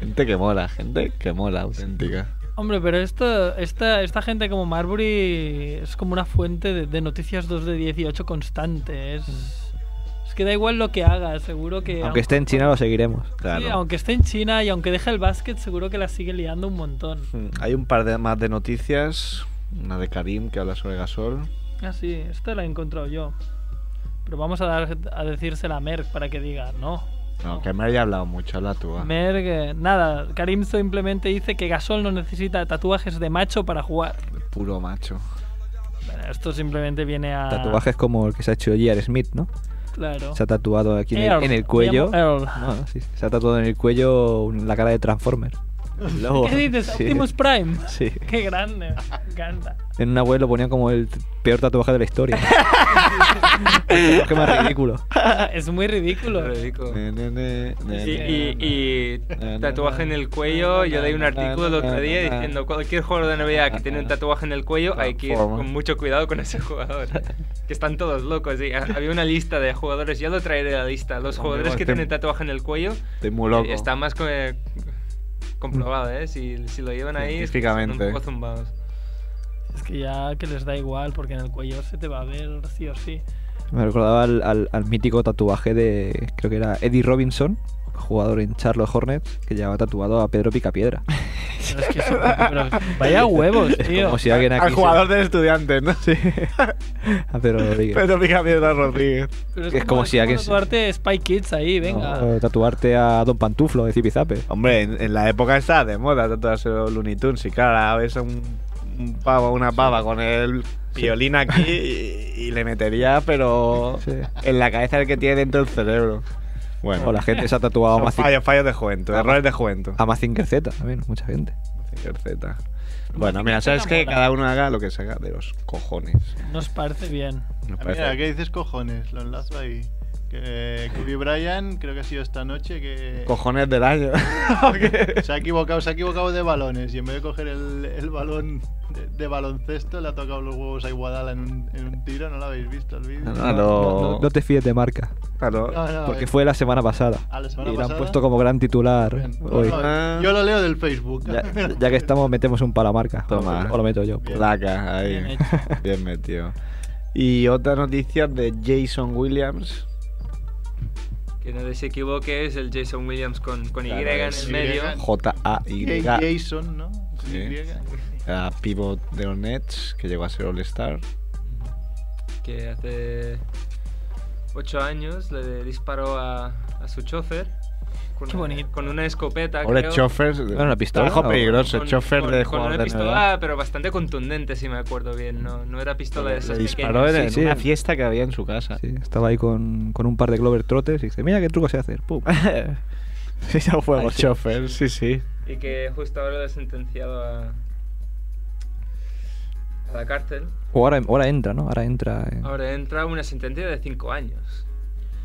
Gente que mola, gente que mola, auténtica.
Hombre, pero esto, esta, esta gente como Marbury es como una fuente de, de noticias 2 de 18 constante. Es, es que da igual lo que haga, seguro que...
Aunque esté en China, lo seguiremos.
Sí, aunque esté en China y aunque deje el básquet, seguro que la sigue liando un montón.
Mm, Hay un par de más de noticias. Una de Karim que habla sobre Gasol.
Ah, sí, esta la he encontrado yo. Pero vamos a, dar, a decírsela a Merck para que diga, no.
No, que me haya hablado mucho, habla tú. va.
Merck, eh, nada, Karim simplemente dice que Gasol no necesita tatuajes de macho para jugar.
Puro macho.
Bueno, esto simplemente viene a...
Ah. Tatuajes como el que se ha hecho J.R. Smith, ¿no?
Claro.
Se ha tatuado aquí en el,
Earl,
en el
me
cuello.
llamo Earl.
No, no, sí, sí. Se ha tatuado en el cuello un- la cara de Transformer. El logo.
¿Qué dices?
Sí.
Optimus Prime.
Sí.
Qué grande, me encanta.
En una web lo ponía como el t- peor tatuaje de la historia. Es que más ridículo.
es muy ridículo.
Ridículo.
Ne, ne, ne, ne,
Y,
ne,
y-
ne.
y tatuaje en el cuello. Yo leí un artículo el otro día diciendo cualquier jugador de NBA que tiene un tatuaje en el cuello hay que ir con mucho cuidado con ese jugador. Que están todos locos. y ha- había una lista de jugadores. Ya lo traeré la lista. Los jugadores que
estoy-
tienen tatuaje en el cuello
Estoy muy loco.
eh, está más co- eh, comprobado, ¿eh? Si, si lo llevan ahí, es que son un
Científicamente.
poco zumbados.
Es que ya que les da igual, porque en el cuello se te va a ver sí o sí.
Me recordaba al, al- al mítico tatuaje de, creo que era Eddie Robinson, jugador en Charlotte Hornets, que llevaba tatuado a Pedro Picapiedra.
Pero es que eso- pero vaya huevos,
Es
tío.
como si alguien aquí
Al
se-
jugador del estudiante, ¿no? Sí.
a Pedro Rodríguez.
Pedro Picapiedra Rodríguez.
Pero
es como si alguien
Es
se-
como tatuarte Spy Kids ahí, venga.
O tatuarte a Don Pantuflo de Zipizape.
Hombre, en, en la época estaba de moda tatuarse los Looney Tunes y claro, ahora ves a un, un pavo, una pava con el violín aquí y, y le metería, pero
Sí.
en la cabeza el que tiene dentro el cerebro. Bueno,
O la gente se ha tatuado a
son
Mazinger,
fallos, fallos de juventud, errores de juventud.
a Mazinger Z también, mucha gente.
Mazinger Z. Bueno, mira, sabes que cada uno haga lo que se haga de los cojones.
Nos parece bien.
Me
Mira,
parece.
¿qué dices cojones? Lo enlazo ahí. Que Kobe Bryant, creo que ha sido esta noche que.
Cojones del año.
Se ha equivocado, se ha equivocado de balones y en vez de coger el, el balón de, de baloncesto le ha tocado los huevos a Iguadala en un, en un tiro, ¿no lo habéis visto el vídeo?
no, no- no te fíes de marca.
No, no,
porque
eh.
fue la semana pasada.
Ah, la semana
y la han
pasada.
puesto como gran titular hoy.
No, Yo lo leo del Facebook.
Ya, ya que estamos, metemos un para marca.
Toma.
O lo meto yo.
Placa, ahí. Bien, metido. Y otra noticia de Jason Williams.
Que nadie se equivoque, es el Jason Williams con, con
Claro,
Y en
es
el medio.
J-A-Y.
Jay- Jason, ¿no?
Sí.
Y.
Era pivot de los Nets, que llegó a ser All-Star.
que hace ocho años le disparó a, a su chofer con,
Qué bonito.
con una escopeta.
Ahora
creo.
chofer. eh,
¿Era una pistola
Trabajo
o-
peligroso,
Con-
chofer
con- con
de jugador
una
de
pistola, ah,
NBA.
pero bastante contundente, si me acuerdo bien. No, no era pistola de
Le
esas
disparó en,
pequeñas.
en una fiesta que había en su casa.
Estaba ahí con, con un par de Glover Trotters y dice: Mira qué truco sé hacer. Pum.
Sí, ya fue
Ay, sí.
chofer, sí, sí.
Y que justo ahora lo ha sentenciado a, a la cárcel.
O ahora, ahora entra, ¿no? Ahora entra. en-
Ahora entra una sentencia de cinco años.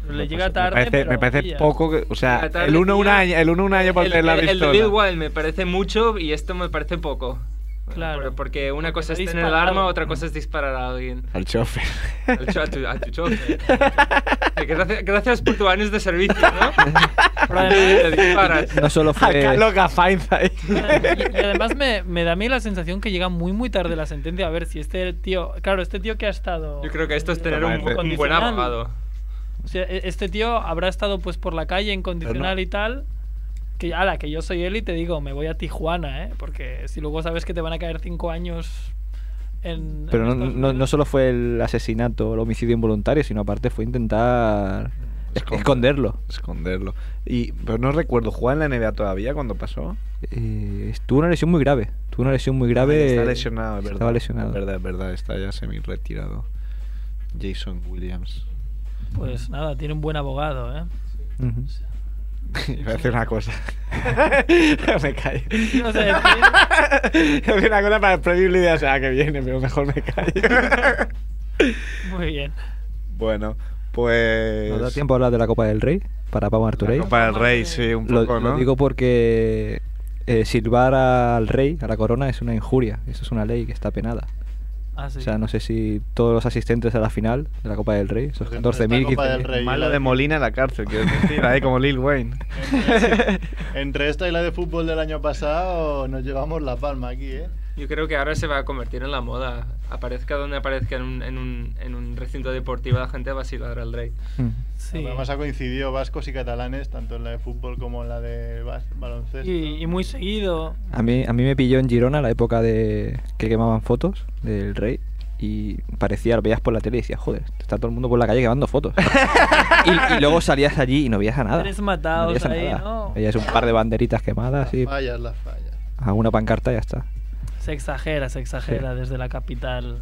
Le llega
Me
tarde.
parece,
pero
me parece
pilla.
poco. que- o sea,
La tarde
el uno un
pilla-
año, el uno un año por
El,
tener la
el- el de
pistola.
Bill Wild me parece mucho y esto me parece poco.
Claro.
Por- Porque una cosa es
te
tener el
dispara
arma,
algo.
otra cosa es disparar a alguien.
Al chofer.
Al cho- a, tu, a tu chofer. Eh, Gracias, gracias por tu años de servicio, ¿no?
Pero además-
Le disparas.
No solo fue.
Y además me, me da a mí la sensación que llega muy muy tarde la sentencia. A ver si este tío, claro, este tío que ha estado,
Yo creo que esto es tener un,
Parece-
un buen abogado.
o sea, e- este tío habrá estado pues por la calle
Pues
incondicional y tal. Que ala, que yo soy él y te digo, me voy a Tijuana, ¿eh? Porque si luego sabes que te van a caer cinco años en.
Pero no,
en Estados
no, no solo fue el asesinato, el homicidio involuntario, sino aparte fue intentar esc- esconderlo.
Esconderlo. Y, pero no recuerdo, ¿jugaba en la NBA todavía cuando pasó?
Eh, tuvo una lesión muy grave. Tuvo una lesión muy
Ah, ya
grave.
Está lesionado, es verdad.
Estaba lesionado.
Es verdad, es verdad, está ya semi-retirado. Jason Williams.
Pues nada, tiene un buen abogado, ¿eh?
Ujú.
Iba a decir una cosa. me callo.
No sé, tiene-
Iba a decir una cosa para el preview de la semana que viene, pero mejor me callo.
muy bien.
bueno, pues.
¿Nos da tiempo a hablar de la Copa del Rey? Para Pablo Martorell.
Para el Rey, sí, un
Lo,
poco,
lo
¿no?
digo porque eh, silbar al rey, a la corona, es una injuria. Eso es una ley que está penada.
Ah, sí.
O sea, no sé si todos los asistentes a la final de la Copa del Rey, esos
Pues
14.000,
esta Copa del
15.000.
Rey,
Mala
la-
de Molina en la cárcel, quiero decir, ahí como Lil Wayne.
Entre esta y la de fútbol del año pasado nos llevamos la palma aquí, ¿eh?
Yo creo que ahora se va a convertir en la moda. Aparezca donde aparezca en un, en un, en un recinto deportivo, la gente va a silbar al rey.
Sí.
Además ha coincidido vascos y catalanes, tanto en la de fútbol como en la de bas- baloncesto.
Y, y muy seguido.
A mí, a mí me pilló en Girona la época de que quemaban fotos del rey y parecía, lo veías por la tele y decías, joder, está todo el mundo por la calle quemando fotos. y, y luego salías allí y no veías a nada.
Tres
No
matados
veías a
ahí,
nada.
¿no?
Veías un par de banderitas quemadas y
Fallas, las fallas.
alguna pancarta y ya está.
Se exagera, se exagera desde la capital.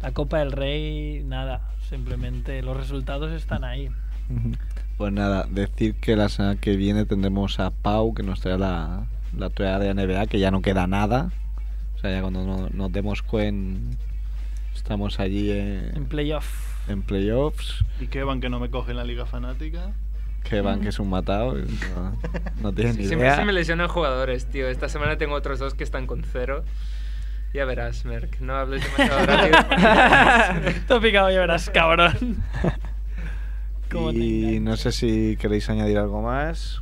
La Copa del Rey, nada, simplemente los resultados están ahí.
Ujú.
Pues nada, decir que la semana que viene tendremos a Pau que nos trae la, la actualidad de NBA, que ya no queda nada. O sea, ya cuando no- nos demos cuenta, estamos allí
En
en,
playoff.
en playoffs,
¿Y qué van que no me cogen la liga fanática?
que van que es un matado, y no, no tienen ni
Siempre
idea.
se me lesionan jugadores, tío. Esta semana tengo otros dos que están con cero. Ya verás, Merck. No hables demasiado rápido.
Todo picado ya verás, cabrón. ¿Cómo te
Y
engañas?
no sé si queréis añadir algo más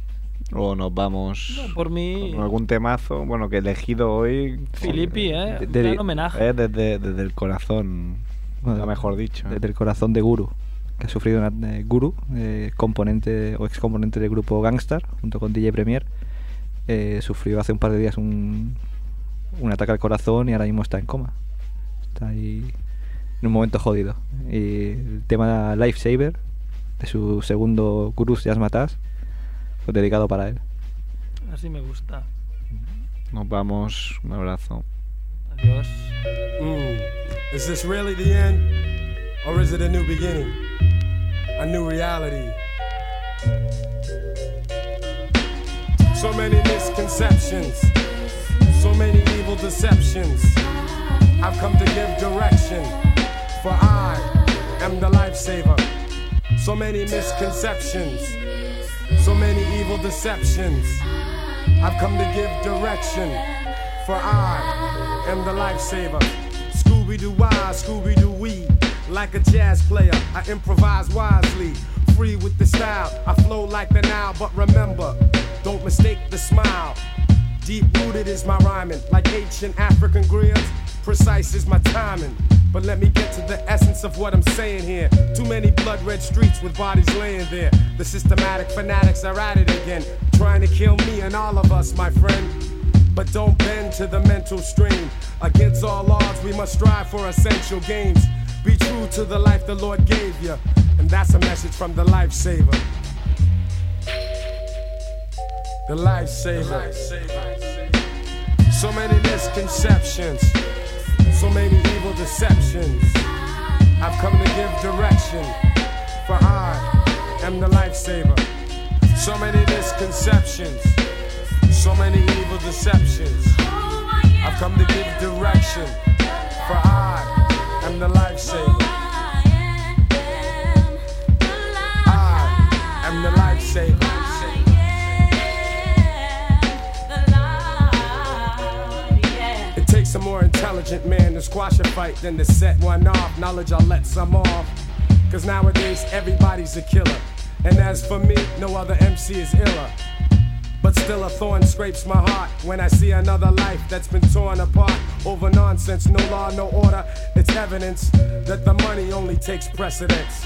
o nos vamos
No, por mí,
con algún temazo, bueno, que he elegido hoy. pues,
Filippi, ¿eh?
De-
Un
de-
gran homenaje.
Eh, desde, desde el corazón,
Bueno,
lo mejor dicho. ¿eh?
Desde el corazón de Guru, que ha sufrido una eh, Guru, eh, componente o ex componente del grupo Gangstar, junto con DJ Premier, eh, sufrió hace un par de días un, un ataque al corazón y ahora mismo está en coma. Está ahí en un momento jodido. Y el tema Lifesaver, de su segundo Gurus Jazz Matas, fue dedicado para él.
así me gusta.
Nos vamos, un abrazo.
Adiós.
Mm. Is this really the end? Or is it a new beginning? A new reality? So many misconceptions. So many evil deceptions. I've come to give direction. For I am the lifesaver.
So many misconceptions, so many evil deceptions. I've come to give direction, for I am the lifesaver. Scooby Doo I, Scooby Doo we. Like a jazz player, I improvise wisely. Free with the style, I flow like the Nile, but remember, don't mistake the smile. Deep rooted is my rhyming, like ancient African grills. Precise is my timing. But let me get to the essence of what I'm saying here. Too many blood red streets with bodies laying there. The systematic fanatics are at it again, trying to kill me and all of us, my friend. But don't bend to the mental stream. Against all odds, we must strive for essential gains. Be true to the life the Lord gave you. And that's a message from the lifesaver. The lifesaver. So many misconceptions, so many evil deceptions. I've come to give direction, for I am the lifesaver. So many misconceptions, so many evil deceptions. I've come to give direction, for I am the lifesaver. I am the lifesaver. It takes a more intelligent man to squash a fight than to set one off. Knowledge, I'll let some off. Cause nowadays, everybody's a killer. And as for me, no other MC is iller. But still, a thorn scrapes my heart when I see another life that's been torn apart over nonsense. No law, no order. It's evidence that the money only takes precedence.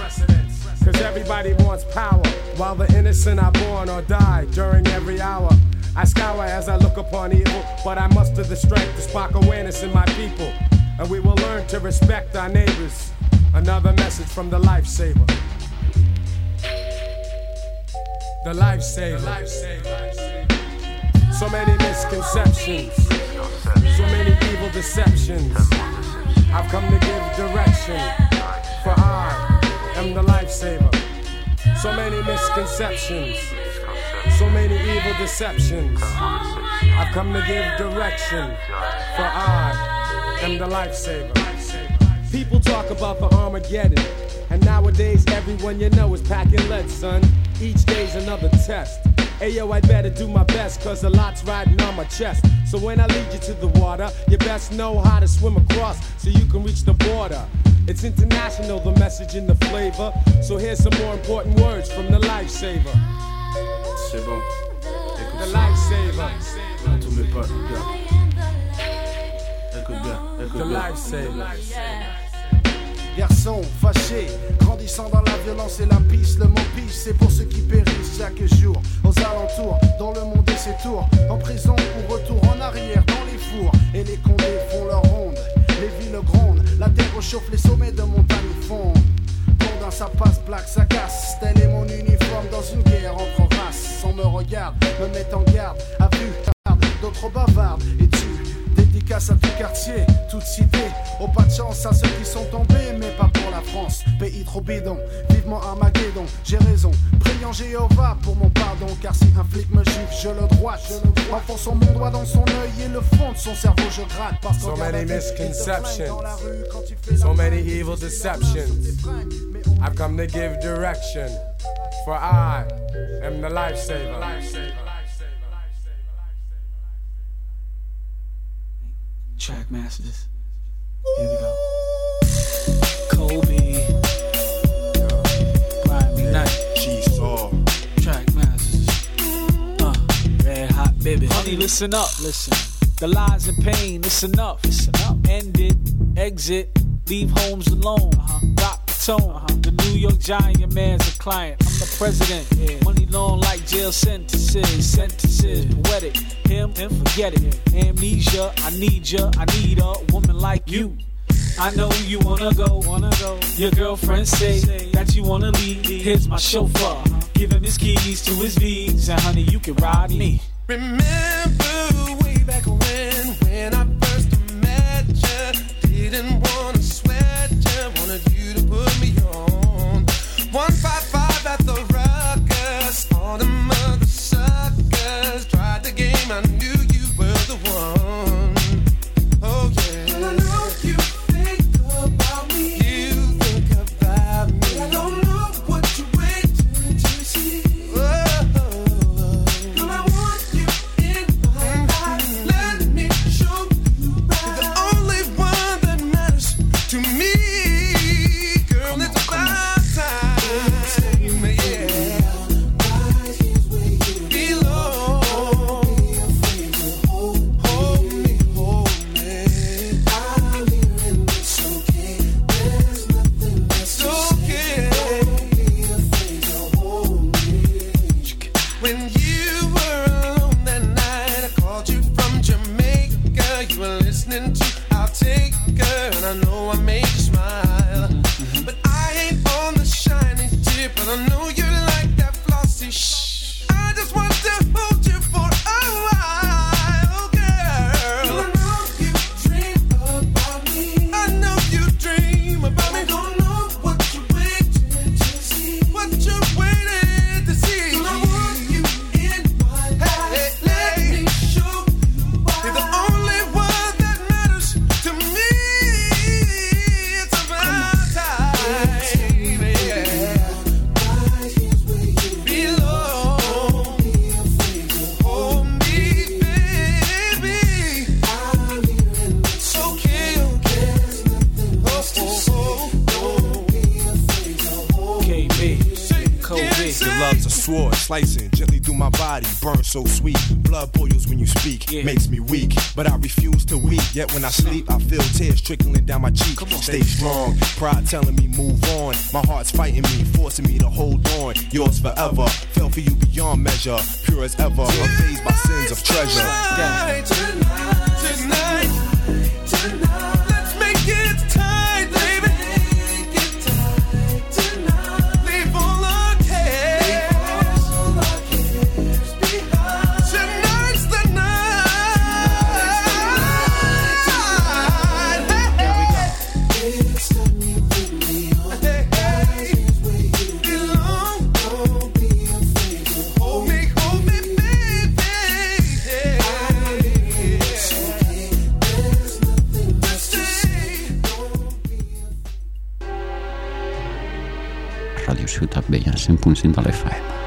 Cause everybody wants power, while the innocent are born or die during every hour. I scour as I look upon evil, but I muster the strength to spark awareness in my people. And we will learn to respect our neighbors. Another message from the lifesaver. The lifesaver. So many misconceptions, so many evil deceptions. I've come to give direction, for I am the lifesaver. So many misconceptions, so many evil deceptions. I've come to give direction, for I am the lifesaver. People talk about the Armageddon, and nowadays everyone you know is packing lead, son. Each day's another test. Ayo, I better do my best, cause a lot's riding on my chest. So when I lead you to the water, you best know how to swim across so you can reach the border. It's international, the message and the flavor. So here's some more important words from the lifesaver.
C'est bon.
The lifesaver.
À tous mes potes, gars. Écoute bien, écoute
The
bien.
lifesaver.
Garçon fâché, grandissant dans la violence et la pisse, le mot pisse, c'est pour ceux qui périssent chaque jour, aux alentours, dans le monde et ses tours, en prison ou retour en arrière, dans les fours, et les condés font leur ronde, les villes grondent, la terre rechauffe, les sommets de montagnes fondent. Dans sa passe, plaque, ça casse. Tel est mon uniforme dans une guerre entre races. On me regarde, me met en garde, à vue, tarde, d'autres bavardent et tu. Dédicace à tout quartier, toute cité. Au pas de chance à ceux qui sont tombés, mais pas pour la France. Pays trop bidon, vivement Armageddon, j'ai raison. Prions Jéhovah pour mon pardon, car si un flic me gifle, je le droite. Enfonçant mon doigt dans son œil et le fond de son cerveau, je gratte. Parce qu'on
So
garde
many
la tête et se flingue dans la rue.
misconceptions, so many evil deceptions. I've come to give direction, for I am the lifesaver.
Track masters.
Here we go. Kobe. Brian McKnight. G Saw. Track Masters. Uh, Red Hot Baby. Honey, listen up, listen. The lies and pain, it's enough. It's enough. End it, exit, leave homes alone. Rock the tone. The New York Giant man's a client. I'm the president. Money long like jail sentences. Sentences, poetic. Him and forget it. Amnesia, I need ya. I need a woman like you. I know you wanna go, wanna go. Your girlfriend say that you wanna leave. Here's my chauffeur. Give him his keys to his V's, and honey, you can ride me.
Remember way back when, when I first met you, didn't wanna sweat you, wanted you to put me on. One five five at the Ruckus, all the mother suckers tried the game. I knew you were the one. Oh yeah. I know you think about me. You think about me. I don't know what you Oh,
Your love's a sword, slicing gently through my body, burn so sweet. Blood boils when you speak, makes me weak, but I refuse to weep. Yet when I sleep, I feel tears trickling down my cheek. Stay strong, pride telling me move on. My heart's fighting me, forcing me to hold on. Yours forever, fell for you beyond measure, pure as ever, amazed by sins of treasure.
Tonight, tonight, tonight. Let's make it tight, baby. Leave all our cares behind. Tonight's the night. Hey, hey. Belong, don't be afraid to hold me, hold me, baby. There's nothing to say.
Ràdio Ciutat Vella, 100.5 de l'FM.